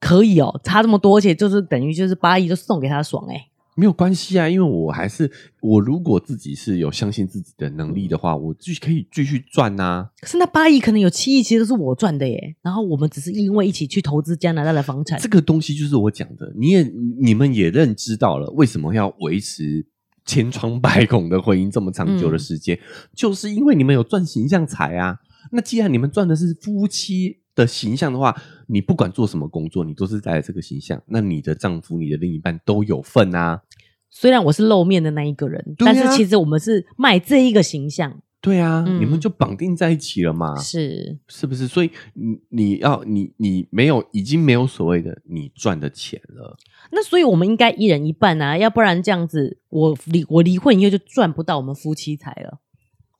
Speaker 2: 可以哦，差这么多，而且就是等于就是八亿就送给他爽哎、
Speaker 1: 没有关系啊，因为我还是我，如果自己是有相信自己的能力的话，我继续可以继续赚啊呐、
Speaker 2: 可是那八亿可能有七亿其实都是我赚的耶，然后我们只是因为一起去投资加拿大的房产
Speaker 1: 这，个东西就是我讲的，你也你们也认知到了，为什么要维持千疮百孔的婚姻这么长
Speaker 2: 嗯
Speaker 1: 久的时间，就是因为你们有赚形象财啊。那既然你们赚的是夫妻的形象的话，你不管做什么工作，你都是带着这个形象，那你的丈夫、你的另一半都有份啊。
Speaker 2: 虽然我是露面的那一个人，
Speaker 1: 对啊
Speaker 2: 但是其实我们是卖这一个形象，啊
Speaker 1: 对啊，
Speaker 2: 嗯
Speaker 1: 你们就绑定在一起了嘛。
Speaker 2: 是
Speaker 1: 是不是？所以你你要你你没有已经没有所谓的你赚的钱了，
Speaker 2: 那所以我们应该一人一半啊，要不然这样子，我离我离婚以后就赚不到我们夫妻财了，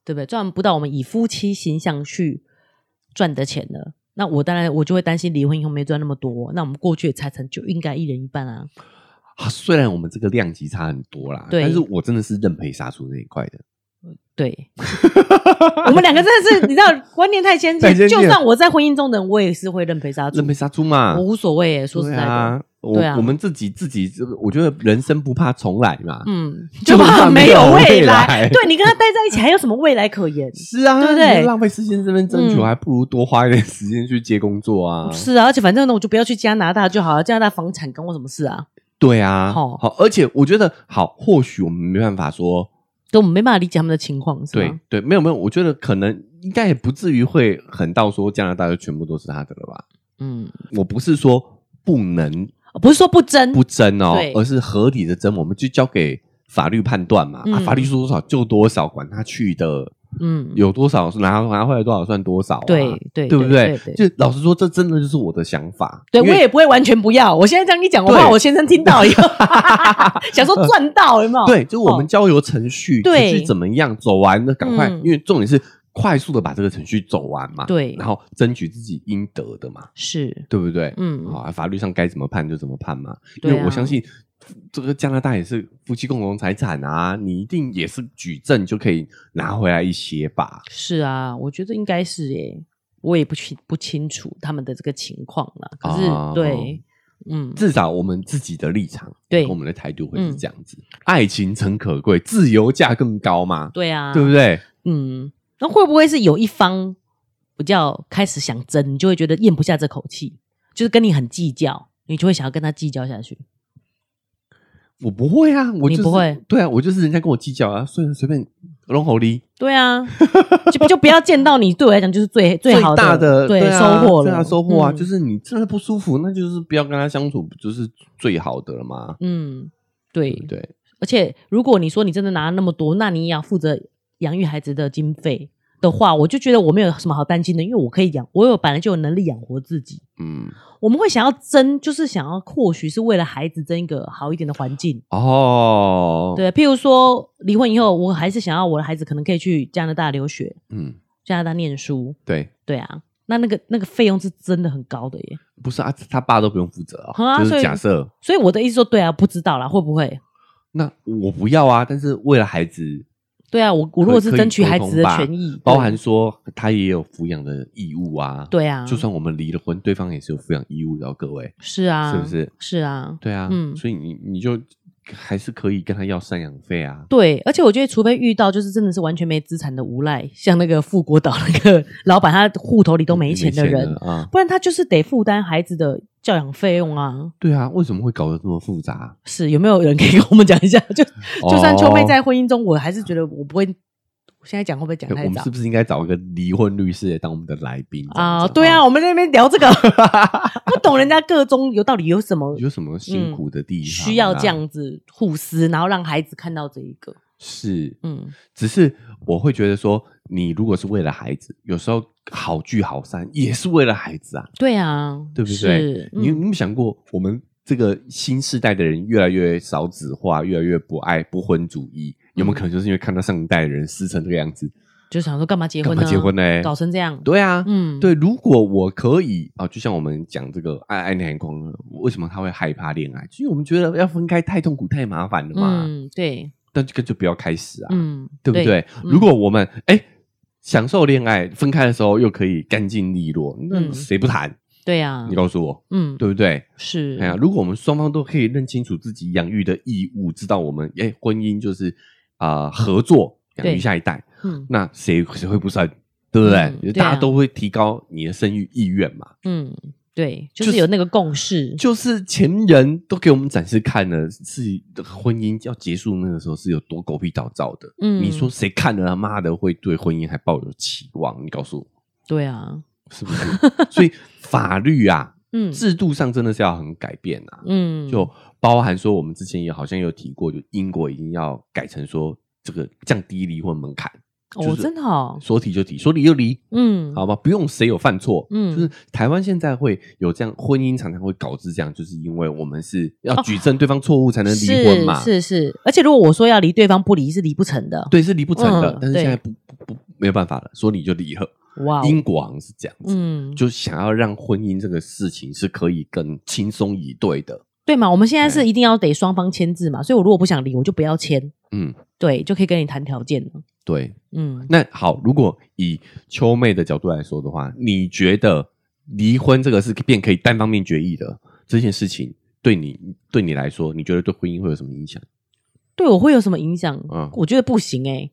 Speaker 2: 对不对？赚不到我们以夫妻形象去赚的钱了。那我当然我就会担心离婚以后没赚那么多，那我们过去的财产就应该一人一半啊。
Speaker 1: 啊、虽然我们这个量级差很多啦，
Speaker 2: 对嗯
Speaker 1: 但是我真的是认赔杀出那一块的。 <laughs>
Speaker 2: 对，我们两个真的是你知道观念太先
Speaker 1: 太
Speaker 2: 进，
Speaker 1: 先进
Speaker 2: 就
Speaker 1: 了
Speaker 2: 算我在婚姻中的人，我也是会认赔杀猪
Speaker 1: 认，赔杀出嘛，
Speaker 2: 我无所谓耶。说实在
Speaker 1: 对
Speaker 2: 的，
Speaker 1: 啊，我
Speaker 2: 对啊
Speaker 1: 我们自己自己，我觉得人生不怕重来嘛，
Speaker 2: 嗯，
Speaker 1: <laughs> 就
Speaker 2: 就
Speaker 1: 怕
Speaker 2: 怕
Speaker 1: 没
Speaker 2: 没
Speaker 1: 有
Speaker 2: 有
Speaker 1: 未
Speaker 2: 未
Speaker 1: 来
Speaker 2: 来。对你跟他待在一起，还有什么未来可言？
Speaker 1: <laughs> 是啊，
Speaker 2: 对不对
Speaker 1: 你浪费时间这边争取，
Speaker 2: 嗯
Speaker 1: 还不如多花一点时间去接工作啊。
Speaker 2: 是啊，而且反正呢，我就不要去加拿大就好了，加拿大房产关我什么事啊？
Speaker 1: 对啊，
Speaker 2: 好
Speaker 1: 好，而且我觉得好，或许我们没办法说
Speaker 2: 对，我们没办法理解他们的情况，是
Speaker 1: 对
Speaker 2: 吗？
Speaker 1: 对，没有没有，我觉得可能应该也不至于会狠到说加拿大就全部都是他的了吧？
Speaker 2: 嗯，哦
Speaker 1: 我不是说不能
Speaker 2: 不是说不争，
Speaker 1: 不争哦
Speaker 2: 对，
Speaker 1: 而是合理的争，我们就交给法律判断嘛。啊，
Speaker 2: 嗯
Speaker 1: 法律说多少就多少，管他去的
Speaker 2: 嗯，
Speaker 1: 有多少拿拿回来多少算多少、啊，
Speaker 2: 对对
Speaker 1: 对不
Speaker 2: 对
Speaker 1: 对？
Speaker 2: 对
Speaker 1: 就老实说，这真的就是我的想法。
Speaker 2: 对
Speaker 1: 因
Speaker 2: 我
Speaker 1: 为
Speaker 2: 也不会完全不要。我现在这样一讲，我
Speaker 1: 对
Speaker 2: 怕我先生听
Speaker 1: <laughs>
Speaker 2: 到以后， <laughs> 想说赚到有没有？
Speaker 1: 对，就是我们
Speaker 2: 哦
Speaker 1: 交由程序，程
Speaker 2: 对
Speaker 1: 序怎么样走完，那赶快，
Speaker 2: 嗯
Speaker 1: 因为重点是快速的把这个程序走完嘛。。
Speaker 2: 对
Speaker 1: 然后争取自己应得的嘛，
Speaker 2: 是，
Speaker 1: 对不对？
Speaker 2: 嗯，
Speaker 1: 好、啊，法律上该怎么判就怎么判嘛。因
Speaker 2: 对
Speaker 1: 为我
Speaker 2: 啊
Speaker 1: 相信这个加拿大也是夫妻共同财产啊，你一定也是举证就可以拿回来一些吧。
Speaker 2: 是啊，我觉得应该是耶，我也不清不清楚他们的这个情况啦。可是、
Speaker 1: 哦
Speaker 2: 对，嗯，
Speaker 1: 至少我们自己的立场，
Speaker 2: 对嗯
Speaker 1: 跟我们的态度会是这样子。爱情诚可贵，自由价更高嘛，
Speaker 2: 对啊，
Speaker 1: 对不对？
Speaker 2: 嗯，那会不会是有一方比较开始想争，你就会觉得咽不下这口气，就是跟你很计较，你就会想要跟他计较下去？
Speaker 1: 我不会啊，我、就
Speaker 2: 你
Speaker 1: 是、
Speaker 2: 不会，
Speaker 1: 对啊，我就是人家跟我计较啊，所以随便龙吼力
Speaker 2: 对啊，就就不要见到你，对我来讲就是
Speaker 1: <laughs>
Speaker 2: 最好
Speaker 1: 大的
Speaker 2: 对
Speaker 1: 啊、
Speaker 2: 收获
Speaker 1: 最
Speaker 2: 了，
Speaker 1: 大收获啊，
Speaker 2: 嗯
Speaker 1: 就是你真的不舒服，那就是不要跟他相处，不就是最好的了吗？
Speaker 2: 嗯，对
Speaker 1: 对不对，
Speaker 2: 而且如果你说你真的拿那么多，那你也要负责养育孩子的经费的话，我就觉得我没有什么好担心的，因为我可以养，我有本来就有能力养活自己。
Speaker 1: 嗯，
Speaker 2: 我们会想要争，就是想要或许是为了孩子争一个好一点的环境。
Speaker 1: 哦，，
Speaker 2: 对，譬如说离婚以后，我还是想要我的孩子可能可以去加拿大留学，
Speaker 1: 嗯，
Speaker 2: 加拿大念书。
Speaker 1: 对，
Speaker 2: 对啊，那那个那个费用是真的很高的耶。
Speaker 1: 不是啊，他爸都不用负责
Speaker 2: 啊
Speaker 1: 啊，就
Speaker 2: 所以
Speaker 1: 是假设
Speaker 2: 所以我的意思说，对啊，不知道啦，会不会？
Speaker 1: 那我不要啊，但是为了孩子，
Speaker 2: 对啊，我我如果是
Speaker 1: 可以
Speaker 2: 争取
Speaker 1: 沟
Speaker 2: 孩
Speaker 1: 通
Speaker 2: 子的
Speaker 1: 吧
Speaker 2: 权益，
Speaker 1: 包
Speaker 2: 对
Speaker 1: 含说他也有抚养的义务啊，、
Speaker 2: 对啊，
Speaker 1: 就算我们离了婚，对方也是有抚养义务的、哦，各位，
Speaker 2: 是啊，
Speaker 1: 是不是？
Speaker 2: 是啊，
Speaker 1: 对啊，
Speaker 2: 嗯
Speaker 1: 所以你你就还是可以跟他要赡养费啊，
Speaker 2: 对，而且我觉得，除非遇到就是真的是完全没资产的无赖，像那个富国岛那个 <laughs> 老板，他户头里都没钱的人，
Speaker 1: 啊，
Speaker 2: 不然他就是得负担孩子的教养费用啊。
Speaker 1: 对啊，为什么会搞得这么复杂？
Speaker 2: 是有没有人可以跟我们讲一下？ <laughs> 就 <laughs> 就算秋妹
Speaker 1: 哦
Speaker 2: 在婚姻中，我还是觉得我不会。我现在讲会不会讲
Speaker 1: 我
Speaker 2: 太
Speaker 1: 们
Speaker 2: 早
Speaker 1: 是不是应该找一个离婚律师来当我们的来宾
Speaker 2: 啊？对
Speaker 1: 哦
Speaker 2: 啊，，我们在那边聊这个，
Speaker 1: <laughs>
Speaker 2: 不懂人家各中有到底有什么
Speaker 1: 有什么辛苦的地方、啊
Speaker 2: 嗯需要这？样子互撕，然后让孩子看到这一个，
Speaker 1: 是，
Speaker 2: 嗯，
Speaker 1: 只是我会觉得说，你如果是为了孩子，有时候好聚好散也是为了孩子啊，
Speaker 2: 对啊，
Speaker 1: 对不对
Speaker 2: 是？
Speaker 1: 你有
Speaker 2: 嗯
Speaker 1: 你有没有想过，我们这个新世代的人越来越少子化，越来越不爱不婚主义，有没
Speaker 2: 嗯
Speaker 1: 有可能就是因为看到上一代的人撕成这个样子？
Speaker 2: 就想说干嘛结
Speaker 1: 干
Speaker 2: 婚
Speaker 1: 嘛
Speaker 2: 呢？
Speaker 1: 结婚呢？
Speaker 2: 搞成这样，
Speaker 1: 对啊，
Speaker 2: 嗯，
Speaker 1: 对，如果我可以啊，就像我们讲这个爱爱恋爱狂，为什么他会害怕恋爱？因为我们觉得要分开太痛苦、太麻烦了嘛。
Speaker 2: 嗯，对，
Speaker 1: 但就根本就不要开始啊，
Speaker 2: 嗯，
Speaker 1: 对不对？
Speaker 2: 嗯
Speaker 1: 如果我们哎、享受恋爱，分开的时候又可以干净利落，那
Speaker 2: 嗯
Speaker 1: 谁不谈？
Speaker 2: 对啊
Speaker 1: 你，告诉我，
Speaker 2: 嗯，
Speaker 1: 对不对？
Speaker 2: 是，
Speaker 1: 哎呀，如果我们双方都可以认清楚自己养育的义务，知道我们哎、婚姻就是啊、合作养育
Speaker 2: 对
Speaker 1: 下一代，
Speaker 2: 嗯
Speaker 1: 那谁谁会不生？对不对？
Speaker 2: 嗯对啊
Speaker 1: 大家都会提高你的生育意愿嘛。
Speaker 2: 嗯，对，就
Speaker 1: 就是
Speaker 2: 有那个共识，
Speaker 1: 就是前人都给我们展示看了，自己的婚姻要结束那个时候是有多狗屁倒灶的。
Speaker 2: 嗯，
Speaker 1: 你说谁看了他妈的会对婚姻还抱有期望？你告诉我
Speaker 2: 对啊，
Speaker 1: 是不是？
Speaker 2: <laughs>
Speaker 1: 所以法律啊，
Speaker 2: 嗯
Speaker 1: 制度上真的是要很改变啊。
Speaker 2: 嗯，
Speaker 1: 就包含说，我们之前也好像有提过，就英国已经要改成说这个降低离婚门槛，
Speaker 2: 哦，
Speaker 1: 就是
Speaker 2: 真的哦，
Speaker 1: 说提就提，说离就离，
Speaker 2: 嗯，
Speaker 1: 好吧，不用谁有犯错，
Speaker 2: 嗯
Speaker 1: 嗯，就是台湾现在会有这样，婚姻常常会搞致这样，就是因为我们是要
Speaker 2: 哦
Speaker 1: 举证对方错误才能离
Speaker 2: 是
Speaker 1: 婚嘛，
Speaker 2: 哦是是，而且如果我说要离对方不离，是离不成的，
Speaker 1: 对，是离不成的，
Speaker 2: 嗯
Speaker 1: 但是
Speaker 2: 对
Speaker 1: 现在不不不没有办法了，说离就离了，
Speaker 2: 哇哦，
Speaker 1: 英国好像是这样子，
Speaker 2: 嗯，
Speaker 1: 就想要让婚姻这个事情是可以更轻松以对的，
Speaker 2: 对嘛，我们现在是
Speaker 1: 哎
Speaker 2: 一定要得双方签字嘛，所以我如果不想离，我就不要签，
Speaker 1: 嗯，
Speaker 2: 对，就可以跟你谈条件了，
Speaker 1: 对，
Speaker 2: 嗯，
Speaker 1: 那好，如果以秋妹的角度来说的话，你觉得离婚这个是变可以单方面决议的这件事情，对你对你来说，你觉得对婚姻会有什么影响？
Speaker 2: 对我会有什么影响
Speaker 1: 嗯？
Speaker 2: 我觉得不行哎，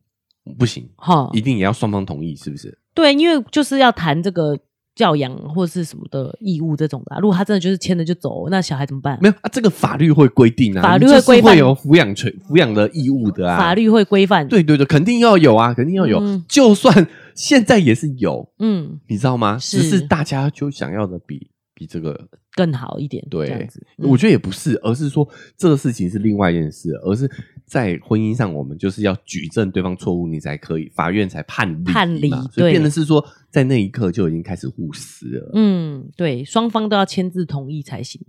Speaker 1: 不行，
Speaker 2: 哈，
Speaker 1: 一定也要双方同意，是不是？
Speaker 2: 对，因为就是要谈这个教养或是什么的义务这种的啊、如果他真的就是签了就走，那小孩怎么办？
Speaker 1: 没有啊，这个法律会规定啊，
Speaker 2: 法律
Speaker 1: 你就是
Speaker 2: 会规范
Speaker 1: 会有抚养权、抚养的义务的啊。
Speaker 2: 法，律会规范。，
Speaker 1: 对对对，肯定要有啊，肯定要有。
Speaker 2: 嗯
Speaker 1: 就算现在也是有，
Speaker 2: 嗯，
Speaker 1: 你知道吗？
Speaker 2: 是
Speaker 1: 只是大家就想要的比比这个
Speaker 2: 更好一点。
Speaker 1: 对
Speaker 2: 这样子，
Speaker 1: 我觉得也不是，而是说这个事情是另外一件事，而是在婚姻上，我们就是要举证对方错误，你才可以，法院才判离嘛
Speaker 2: 判离
Speaker 1: 所以
Speaker 2: 对
Speaker 1: 变成是说，在那一刻就已经开始互撕了。
Speaker 2: 嗯，嗯，对，双方都要签字同意才行。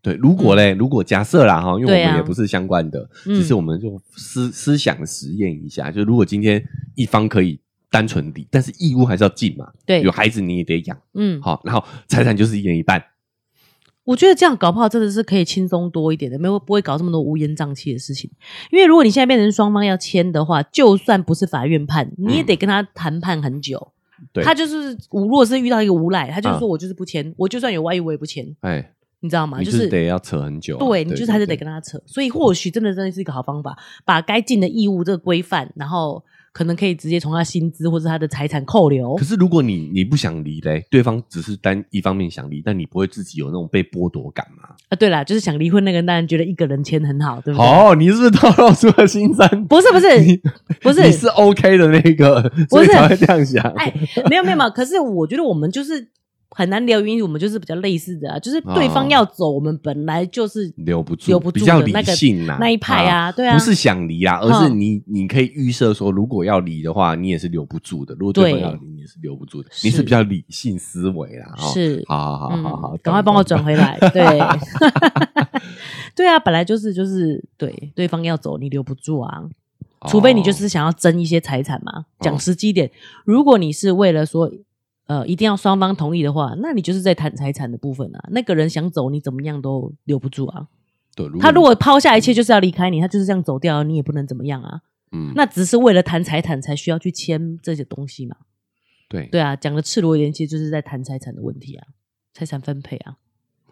Speaker 1: 对，如果嘞，如果假设啦哈，因为
Speaker 2: 对
Speaker 1: 我
Speaker 2: 啊
Speaker 1: 们也不是相关的，
Speaker 2: 嗯
Speaker 1: 只是我们就思思想实验一下，就如果今天一方可以单纯离，但是义务还是要尽嘛，
Speaker 2: 对
Speaker 1: 有，孩子你也得养，
Speaker 2: 嗯，
Speaker 1: 好，然后财产就是一人一半，
Speaker 2: 我觉得这样搞不好真的是可以轻松多一点的，没有不会搞这么多乌烟瘴气的事情。因为如果你现在变成双方要签的话，就算不是法院判，你也得跟他谈判很久。
Speaker 1: 嗯对
Speaker 2: 他就是，我如果是遇到一个无赖，他就是
Speaker 1: 嗯
Speaker 2: 说我就是不签，我就算有外遇我也不签。
Speaker 1: 哎，
Speaker 2: 你知道吗？
Speaker 1: 你就是得要扯很久啊
Speaker 2: 啊对你
Speaker 1: 对
Speaker 2: 就是还是得
Speaker 1: 对对
Speaker 2: 跟他扯，所以或许真的真的是一个好方法，把该尽的义务这个规范，然后可能可以直接从他薪资或者他的财产扣留
Speaker 1: 可。是如果你你不想离嘞，对方只是单一方面想离，但你不会自己有那种被剥夺感吗？
Speaker 2: 啊，对啦，就是想离婚那个人当然觉得一个人签很好，对不对？
Speaker 1: 哦，你是不是透露出了新三？
Speaker 2: 不嗯是不
Speaker 1: <laughs> 你
Speaker 2: 是不
Speaker 1: 你
Speaker 2: 是，
Speaker 1: 是 OK 的那个，所以才会这样想。
Speaker 2: 哎，没有没有没有，可是我觉得我们就是很难聊，因为我们就是比较类似的啊，就是对
Speaker 1: 哦
Speaker 2: 方要走，我们本来就是
Speaker 1: 留不住，
Speaker 2: 留不住
Speaker 1: 比较
Speaker 2: 的
Speaker 1: 理
Speaker 2: 那个
Speaker 1: 性啦，
Speaker 2: 那一派啊，对啊，
Speaker 1: 不是想离啦，而是
Speaker 2: 嗯
Speaker 1: 你你可以预设说，如果要离的话，你也是留不住的；如果对方
Speaker 2: 对
Speaker 1: 要离，你也是留不住的。
Speaker 2: 是
Speaker 1: 你是比较理性思维啦，哦
Speaker 2: 是
Speaker 1: 好好好
Speaker 2: 嗯
Speaker 1: 好好，
Speaker 2: 赶快帮我
Speaker 1: 懂
Speaker 2: 转
Speaker 1: 懂
Speaker 2: 回来。
Speaker 1: <laughs>
Speaker 2: 对，对啊，本来就是就是对，对方要走你留不住啊，
Speaker 1: 懂
Speaker 2: 除非你就
Speaker 1: 哦
Speaker 2: 是想要争一些财产嘛。讲实际一点，如果你是为了说。呃，一定要双方同意的话，那你就是在谈财产的部分啊。那个人想走，你怎么样都留不住啊。
Speaker 1: 对，如
Speaker 2: 他如果抛下一切就是要离开你，他就是这样走掉，你也不能怎么样啊。
Speaker 1: 嗯，
Speaker 2: 那只是为了谈财产才需要去签这些东西嘛。
Speaker 1: 对
Speaker 2: 对啊，讲的赤裸一点，其实就是在谈财产的问题啊，财产分配啊。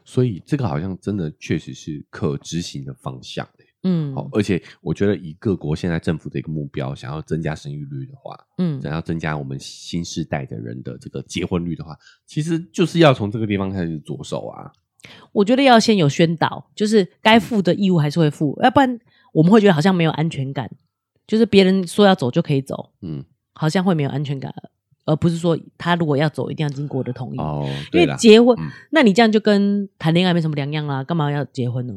Speaker 1: 所以这个好像真的确实是可执行的方向、欸。
Speaker 2: 嗯，
Speaker 1: 好、而且我觉得以各国现在政府的一个目标，想要增加生育率的话，
Speaker 2: 嗯，
Speaker 1: 想要增加我们新世代的人的这个结婚率的话，其实就是要从这个地方开始着手啊。
Speaker 2: 我觉得要先有宣导，就是该负的义务还是会负，要不然我们会觉得好像没有安全感，就是别人说要走就可以走，
Speaker 1: 嗯，
Speaker 2: 好像会没有安全感，而不是说他如果要走一定要经过我的同意。
Speaker 1: 哦，
Speaker 2: 嗯因
Speaker 1: 对
Speaker 2: 为
Speaker 1: 啦，
Speaker 2: 结婚，
Speaker 1: 嗯
Speaker 2: 那你这样就跟谈恋爱没什么两样啦，干嘛要结婚呢？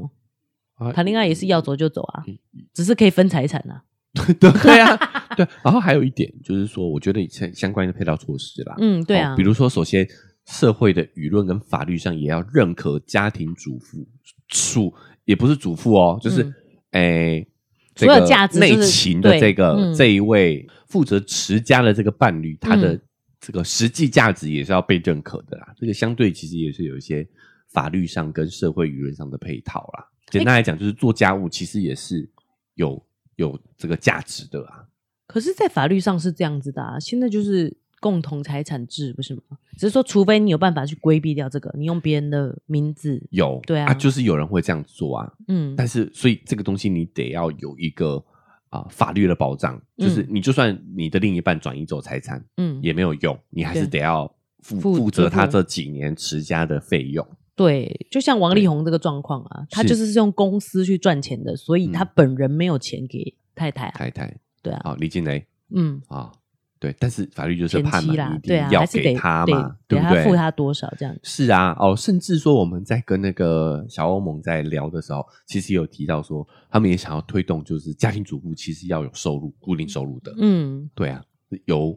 Speaker 1: 啊
Speaker 2: 谈恋爱也是要走就走啊
Speaker 1: 嗯，
Speaker 2: 只是可以分财产啊。
Speaker 1: <laughs> 对对啊，对。然后还有一点就是说，我觉得相相关的配套措施啦，
Speaker 2: 嗯，对啊，
Speaker 1: 哦比如说，首先社会的舆论跟法律上也要认可家庭主妇处，也不是主妇哦，就是
Speaker 2: 嗯
Speaker 1: 诶、这
Speaker 2: 所有
Speaker 1: 个
Speaker 2: 价值就是
Speaker 1: 内勤的
Speaker 2: 对
Speaker 1: 这个、
Speaker 2: 嗯
Speaker 1: 这一位负责持家的这个伴侣，他的
Speaker 2: 嗯
Speaker 1: 这个实际价值也是要被认可的啦。这个相对其实也是有一些法律上跟社会舆论上的配套啦。简单来讲，就是做家务其实也是有有这个价值的啊。
Speaker 2: 可是，在法律上是这样子的啊，现在就是共同财产制，不是吗？只是说，除非你有办法去规避掉这个，你用别人的名字，
Speaker 1: 有
Speaker 2: 对啊
Speaker 1: 就是有人会这样做啊。
Speaker 2: 嗯
Speaker 1: 但是，所以这个东西你得要有一个啊、法律的保障，就是
Speaker 2: 嗯
Speaker 1: 你就算你的另一半转移走财产
Speaker 2: 嗯，
Speaker 1: 也没有用，你还是得
Speaker 2: 对
Speaker 1: 要负负
Speaker 2: 负
Speaker 1: 责
Speaker 2: 负责
Speaker 1: 他这几年持家的费用。
Speaker 2: 对，就像王力宏这个状况啊，他
Speaker 1: 是
Speaker 2: 就是用公司去赚钱的，所以他
Speaker 1: 嗯
Speaker 2: 本人没有钱给太太啊，
Speaker 1: 太太，
Speaker 2: 对啊，
Speaker 1: 好，李金雷
Speaker 2: 嗯，啦
Speaker 1: 啊，对，但是法律就是
Speaker 2: 前
Speaker 1: 判
Speaker 2: 妻
Speaker 1: 嘛，
Speaker 2: 啦
Speaker 1: 你一，
Speaker 2: 对
Speaker 1: 定
Speaker 2: 啊，
Speaker 1: 要
Speaker 2: 还是
Speaker 1: 给
Speaker 2: 得
Speaker 1: 他
Speaker 2: 得
Speaker 1: 嘛，
Speaker 2: 给
Speaker 1: 不
Speaker 2: 他
Speaker 1: 对？
Speaker 2: 付他多少这样，
Speaker 1: 是啊，哦，甚至说我们在跟那个小欧盟在聊的时候，其实有提到说，他们也想要推动，就是家庭主妇其实要有收入，固定收入的，
Speaker 2: 嗯，
Speaker 1: 对啊，由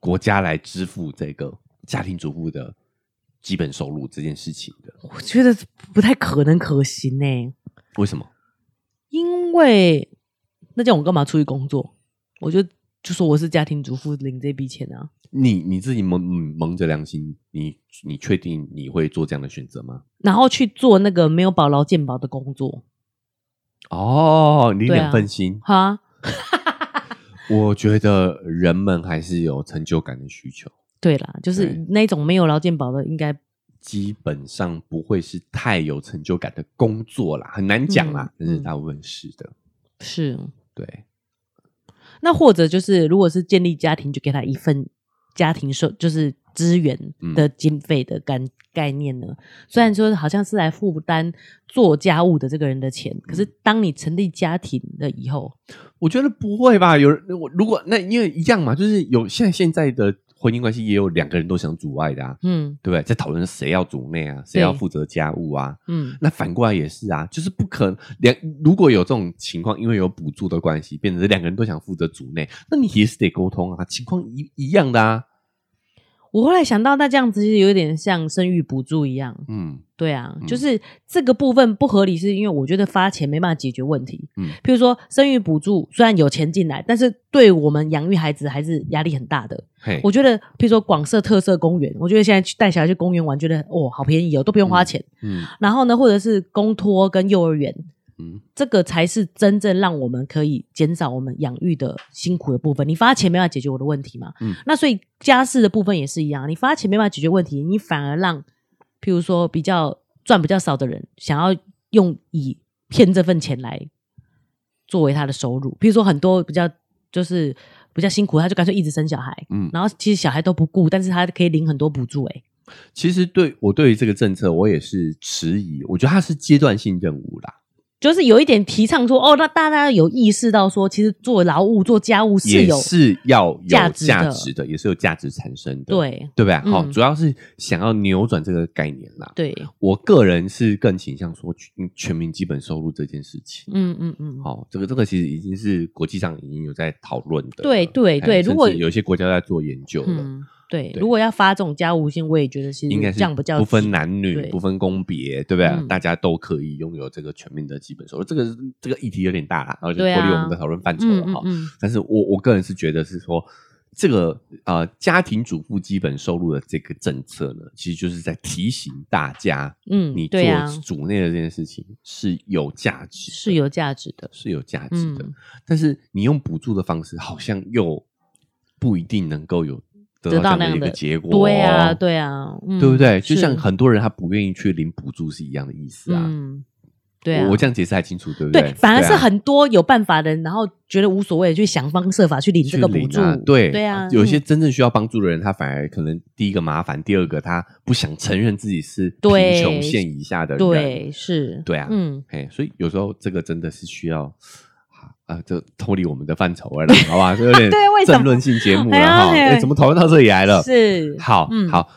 Speaker 1: 国家来支付这个家庭主妇的基本收入这件事情的，
Speaker 2: 我觉得不太可能可行呢、
Speaker 1: 为什么？
Speaker 2: 因为那这样我干嘛出去工作？我就就说我是家庭主妇，领这笔钱啊。
Speaker 1: 你你自己蒙嗯蒙着良心，你你确定你会做这样的选择吗？
Speaker 2: 然后去做那个没有保劳健保的工作，
Speaker 1: 哦，你
Speaker 2: 对啊
Speaker 1: 两份心，
Speaker 2: 哈，
Speaker 1: 我觉得人们还是有成就感的需求，
Speaker 2: 对啦，就是
Speaker 1: 对
Speaker 2: 那种没有劳健保的，应该
Speaker 1: 基本上不会是太有成就感的工作啦，很难讲啦，
Speaker 2: 嗯
Speaker 1: 但是
Speaker 2: 嗯
Speaker 1: 大部分是的，
Speaker 2: 是。
Speaker 1: 对，
Speaker 2: 那或者就是，如果是建立家庭，就给他一份家庭收，就是资源的经费的概概念呢。虽然说好像是来负担做家务的这个人的钱，可是当你成立家庭了以后，
Speaker 1: 我觉得不会吧？有人我如果那因为一样嘛，就是有现在现在的婚姻关系也有两个人都想主外的啊，
Speaker 2: 嗯
Speaker 1: 对不对？在讨论谁要主内啊，谁
Speaker 2: 对
Speaker 1: 要负责家务啊，
Speaker 2: 嗯，
Speaker 1: 那反过来也是啊，就是不可能两如果有这种情况，因为有补助的关系，变成是两个人都想负责组内，那你也是得沟通啊，情况一一样的啊。
Speaker 2: 我后来想到，那这样子其实有点像生育补助一样，
Speaker 1: 嗯
Speaker 2: 对啊，
Speaker 1: 嗯
Speaker 2: 就是这个部分不合理，是因为我觉得发钱没办法解决问题。
Speaker 1: 嗯
Speaker 2: 嗯，譬如说生育补助虽然有钱进来，但是对我们养育孩子还是压力很大的。
Speaker 1: 嘿，
Speaker 2: 我觉得，譬如说广设特色公园，我觉得现在去带小孩去公园玩，觉得哦好便宜哦，都不用花钱。
Speaker 1: 嗯
Speaker 2: 然后呢，或者是公托跟幼儿园，
Speaker 1: 嗯，
Speaker 2: 这个才是真正让我们可以减少我们养育的辛苦的部分。你发钱没办法解决我的问题嘛？
Speaker 1: 嗯
Speaker 2: 那所以家事的部分也是一样，你发钱没办法解决问题，你反而让，譬如说比较赚比较少的人，想要用以骗这份钱来作为他的收入。譬如说很多比较就是比较辛苦，他就干脆一直生小孩，
Speaker 1: 嗯
Speaker 2: 然后其实小孩都不顾，但是他可以领很多补助、欸，
Speaker 1: 其实对我对于这个政策，我也是迟疑。我觉得它是阶段性任务啦，
Speaker 2: 就是有一点提倡说，哦，那大家有意识到说，其实做劳务、做家务是
Speaker 1: 也
Speaker 2: 有
Speaker 1: 是要有
Speaker 2: 价
Speaker 1: 价
Speaker 2: 值的
Speaker 1: 值的，也是有价值产生的，
Speaker 2: 对
Speaker 1: 对不对？好、
Speaker 2: 嗯
Speaker 1: 主要是想要扭转这个概念啦。
Speaker 2: 对，
Speaker 1: 我个人是更倾向说全全民基本收入这件事情。
Speaker 2: 嗯嗯嗯，
Speaker 1: 好、这个这个其实已经是国际上已经有在讨论的了，
Speaker 2: 对对
Speaker 1: 哎
Speaker 2: 对
Speaker 1: 甚
Speaker 2: 如果
Speaker 1: 至有一些国家在做研究了，
Speaker 2: 嗯，对。
Speaker 1: 对
Speaker 2: 如果要发这种家务性，我也觉得其实
Speaker 1: 应该是
Speaker 2: 这样比较
Speaker 1: 不分
Speaker 2: 值
Speaker 1: 男女
Speaker 2: 对、
Speaker 1: 不分公别，对不对？
Speaker 2: 嗯
Speaker 1: 大家都可以拥有这个全面的基本收入。这个是这个议题有点大啦，然后就脱
Speaker 2: 对啊
Speaker 1: 离我们的讨论范畴
Speaker 2: 嗯
Speaker 1: 了
Speaker 2: 嗯
Speaker 1: 哈。
Speaker 2: 嗯，
Speaker 1: 但是我我个人是觉得是说，这个呃家庭主妇基本收入的这个政策呢，其实就是在提醒大家，
Speaker 2: 嗯
Speaker 1: 你做
Speaker 2: 对啊
Speaker 1: 主内的这件事情是有价值的，
Speaker 2: 是有价值的。
Speaker 1: 是有价值的
Speaker 2: 嗯，，
Speaker 1: 但是你用补助的方式，好像又不一定能够有
Speaker 2: 得
Speaker 1: 得
Speaker 2: 到
Speaker 1: 到这样
Speaker 2: 那
Speaker 1: 的
Speaker 2: 样
Speaker 1: 一个
Speaker 2: 的
Speaker 1: 结果哦。
Speaker 2: 对啊，对啊，嗯
Speaker 1: 对不对？就像
Speaker 2: 是
Speaker 1: 很多人他不愿意去领补助是一样的意思啊。
Speaker 2: 嗯，对啊，
Speaker 1: 我我这样解释还清楚，对不
Speaker 2: 对，反而
Speaker 1: 对
Speaker 2: 是
Speaker 1: 啊
Speaker 2: 很多有办法的人，然后觉得无所谓，去想方设法去领这个补
Speaker 1: 去
Speaker 2: 助
Speaker 1: 领啊。对
Speaker 2: 对啊，
Speaker 1: 有些
Speaker 2: 嗯
Speaker 1: 真正需要帮助的人，他反而可能第一个麻烦，第二个他不想承认自己是
Speaker 2: 对
Speaker 1: 贫穷线以下的人。
Speaker 2: 对是，
Speaker 1: 对啊
Speaker 2: 嗯，
Speaker 1: 哎，所以有时候这个真的是需要啊，这脱离我们的范畴了啦，好吧？这有点
Speaker 2: <laughs> 对为什么
Speaker 1: 政论性节目了
Speaker 2: 哎呀
Speaker 1: 哈。
Speaker 2: 哎
Speaker 1: 哎怎么讨论到这里来了？
Speaker 2: 是
Speaker 1: 好
Speaker 2: 嗯
Speaker 1: 好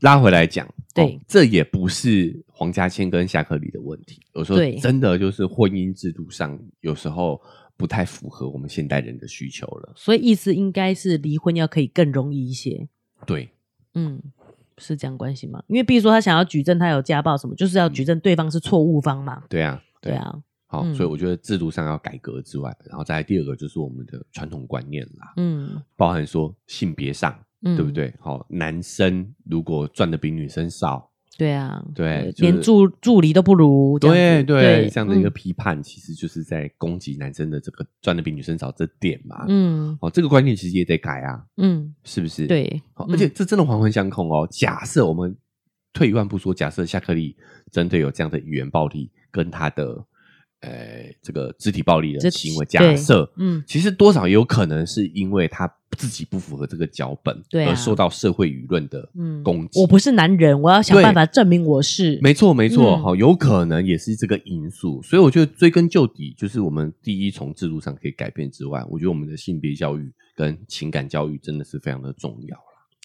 Speaker 1: 拉回来讲，
Speaker 2: 对
Speaker 1: 哦这也不是黄家千跟夏克里的问题，有时候
Speaker 2: 对
Speaker 1: 真的就是婚姻制度上有时候不太符合我们现代人的需求了。
Speaker 2: 所以意思应该是离婚要可以更容易一些，
Speaker 1: 对，
Speaker 2: 嗯。是这样关系吗？因为比如说他想要举证他有家暴什么，就是要举证对方是错误方嘛。
Speaker 1: 对啊，
Speaker 2: 对。啊，
Speaker 1: 好，
Speaker 2: 嗯
Speaker 1: 所以我觉得制度上要改革之外，然后再来第二个就是我们的传统观念啦，
Speaker 2: 嗯
Speaker 1: 包含说性别上，
Speaker 2: 嗯，
Speaker 1: 对不？对？好，男生如果赚的比女生少，
Speaker 2: 对啊，
Speaker 1: 对就是
Speaker 2: 连助助理都不如这样
Speaker 1: 对
Speaker 2: 子。
Speaker 1: 对，这样的一个
Speaker 2: 嗯
Speaker 1: 批判，其实就是在攻击男生的这个赚的比女生少这点嘛。
Speaker 2: 嗯
Speaker 1: 哦，这个观念其实也得改啊，
Speaker 2: 嗯，
Speaker 1: 是不是？，
Speaker 2: 对
Speaker 1: 好，，
Speaker 2: 嗯
Speaker 1: 而且这真的环环相扣哦。假设我们退一万步说，假设夏克利真的有这样的语言暴力跟他的呃这个肢体暴力
Speaker 2: 肢
Speaker 1: 的
Speaker 2: 体
Speaker 1: 行为，
Speaker 2: 对
Speaker 1: 假设
Speaker 2: 嗯
Speaker 1: 其实多少也有可能是因为他自己不符合这个脚本，
Speaker 2: 对啊
Speaker 1: 而受到社会舆论的
Speaker 2: 嗯
Speaker 1: 攻击。
Speaker 2: 我不是男人，我要想
Speaker 1: 对
Speaker 2: 办法证明我是。
Speaker 1: 没错，没错，
Speaker 2: 嗯
Speaker 1: 好、有可能也是这个因素，所以我觉得追根究底，就是我们第一从制度上可以改变之外，我觉得我们的性别教育跟情感教育真的是非常的重要。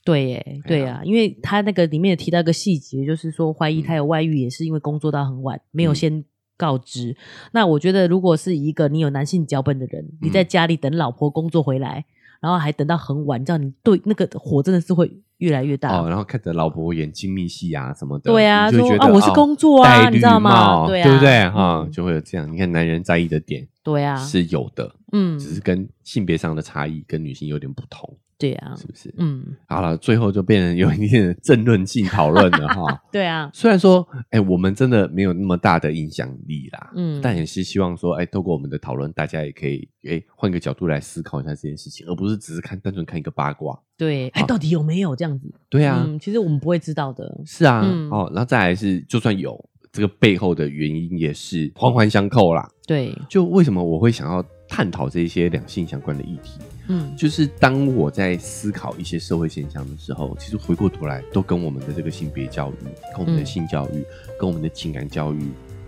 Speaker 2: 对耶，对
Speaker 1: 哎
Speaker 2: 啊，因为他那个里面有提到一个细节，就是说怀疑他
Speaker 1: 嗯
Speaker 2: 有外遇，也是因为工作到很晚，没有
Speaker 1: 嗯
Speaker 2: 先告知。那我觉得，如果是一个你有男性脚本的人，你在
Speaker 1: 嗯
Speaker 2: 家里等老婆工作回来，然后还等到很晚，这样你对那个火真的是会越来越大。
Speaker 1: 哦，然后看着老婆演亲密戏啊什么的，
Speaker 2: 对啊，
Speaker 1: 你就
Speaker 2: 说
Speaker 1: 会觉得
Speaker 2: 啊，我是工作
Speaker 1: 哦
Speaker 2: 啊，
Speaker 1: 戴
Speaker 2: 你
Speaker 1: 绿
Speaker 2: 知道
Speaker 1: 帽
Speaker 2: 吗？对
Speaker 1: 对
Speaker 2: 啊，
Speaker 1: 不对哈、
Speaker 2: 嗯
Speaker 1: 就会有这样。你看，男人在意的点
Speaker 2: 对啊，
Speaker 1: 是有的，
Speaker 2: 嗯，
Speaker 1: 只是跟性别上的差异跟女性有点不同，
Speaker 2: 对啊，
Speaker 1: 是不是？
Speaker 2: 嗯，
Speaker 1: 好了，最后就变成有一点 <laughs> 政论性讨论了
Speaker 2: <laughs>
Speaker 1: 哈。
Speaker 2: 对啊，
Speaker 1: 虽然说，哎、我们真的没有那么大的影响力啦，
Speaker 2: 嗯，
Speaker 1: 但也是希望说，哎、透过我们的讨论，大家也可以，哎、换个角度来思考一下这件事情，而不是只是看单纯看一个八卦。
Speaker 2: 对，哎，
Speaker 1: 好
Speaker 2: 到底有没有这样子？
Speaker 1: 对啊，
Speaker 2: 嗯，其实我们不会知道的。
Speaker 1: 是啊，
Speaker 2: 嗯
Speaker 1: 哦，然后再来是，就算有这个背后的原因，也是环环相扣啦。
Speaker 2: 对，
Speaker 1: 就为什么我会想要探讨这些两性相关的议题，
Speaker 2: 嗯，
Speaker 1: 就是当我在思考一些社会现象的时候，其实回过头来都跟我们的这个性别教育、跟我们的
Speaker 2: 嗯
Speaker 1: 性教育、跟我们的情感教育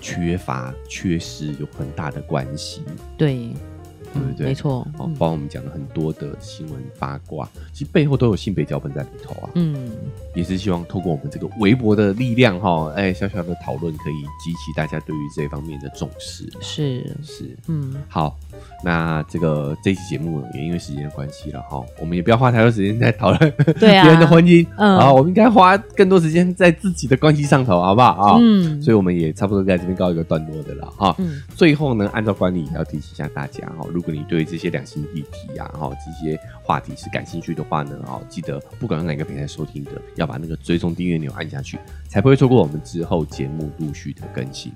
Speaker 1: 缺乏、缺失有很大的关系。
Speaker 2: 对，
Speaker 1: 对不
Speaker 2: 嗯
Speaker 1: 对
Speaker 2: 没错，
Speaker 1: 哦，
Speaker 2: 嗯
Speaker 1: 包括我们讲的很多的新闻八卦，其实背后都有性别脚本在里头啊。
Speaker 2: 嗯，
Speaker 1: 也是希望透过我们这个微薄的力量哈，哎，小小的讨论可以激起大家对于这方面的重视。
Speaker 2: 是，
Speaker 1: 是，
Speaker 2: 嗯，
Speaker 1: 好，那这个这期节目也因为时间的关系了哈，我们也不要花太多时间在讨论
Speaker 2: <laughs> 对啊
Speaker 1: 别人的婚姻，
Speaker 2: 嗯
Speaker 1: 啊，我们应该花更多时间在自己的关系上头，好不好啊？
Speaker 2: 嗯，
Speaker 1: 所以我们也差不多在这边告一个段落的了哈。
Speaker 2: 嗯，
Speaker 1: 最后呢，按照惯例也要提醒一下大家哈、哦，如果你对这些两性议题啊，哈、这些话题是感兴趣的话呢，哦，记得不管用哪个平台收听的，要把那个追踪订阅钮按下去，才不会错过我们之后节目陆续的更新。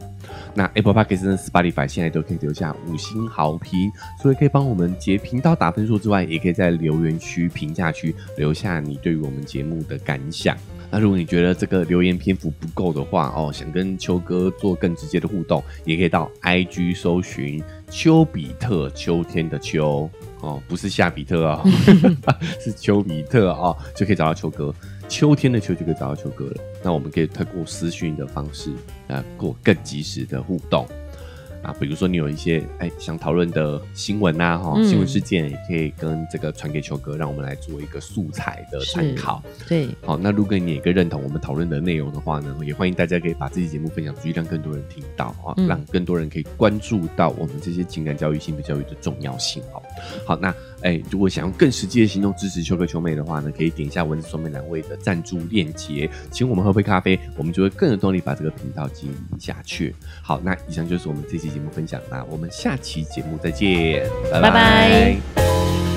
Speaker 1: 那 Apple Podcast 跟 Spotify 现在都可以留下五星好评，除了可以帮我们截频道打分数之外，也可以在留言区、评价区留下你对于我们节目的感想。那如果你觉得这个留言篇幅不够的话哦，想跟秋哥做更直接的互动，也可以到 IG 搜寻“丘比特秋天的啊秋”哦，不是夏比特哦，是丘比特哦，就可以找到秋哥。秋天的秋就可以找到秋哥了。那我们可以通过私讯的方式，呃，过更及时的互动啊。比如说你有一些哎想讨论的新闻呐、啊，哈、
Speaker 2: 嗯
Speaker 1: 新闻事件也可以跟这个传给秋哥，让我们来做一个素材的参考。
Speaker 2: 对，
Speaker 1: 好，那如果你也更认同我们讨论的内容的话呢，也欢迎大家可以把这期节目分享出去，让更多人听到啊，
Speaker 2: 嗯
Speaker 1: 让更多人可以关注到我们这些情感教育、性别教育的重要性哦。好，那哎、如果想用更实际的行动支持秋哥秋妹的话呢，可以点一下文字说明栏位的赞助链接，请我们喝杯咖啡，我们就会更有动力把这个频道经营下去。好，那以上就是我们这期节目分享啦，我们下期节目再见，
Speaker 2: 拜拜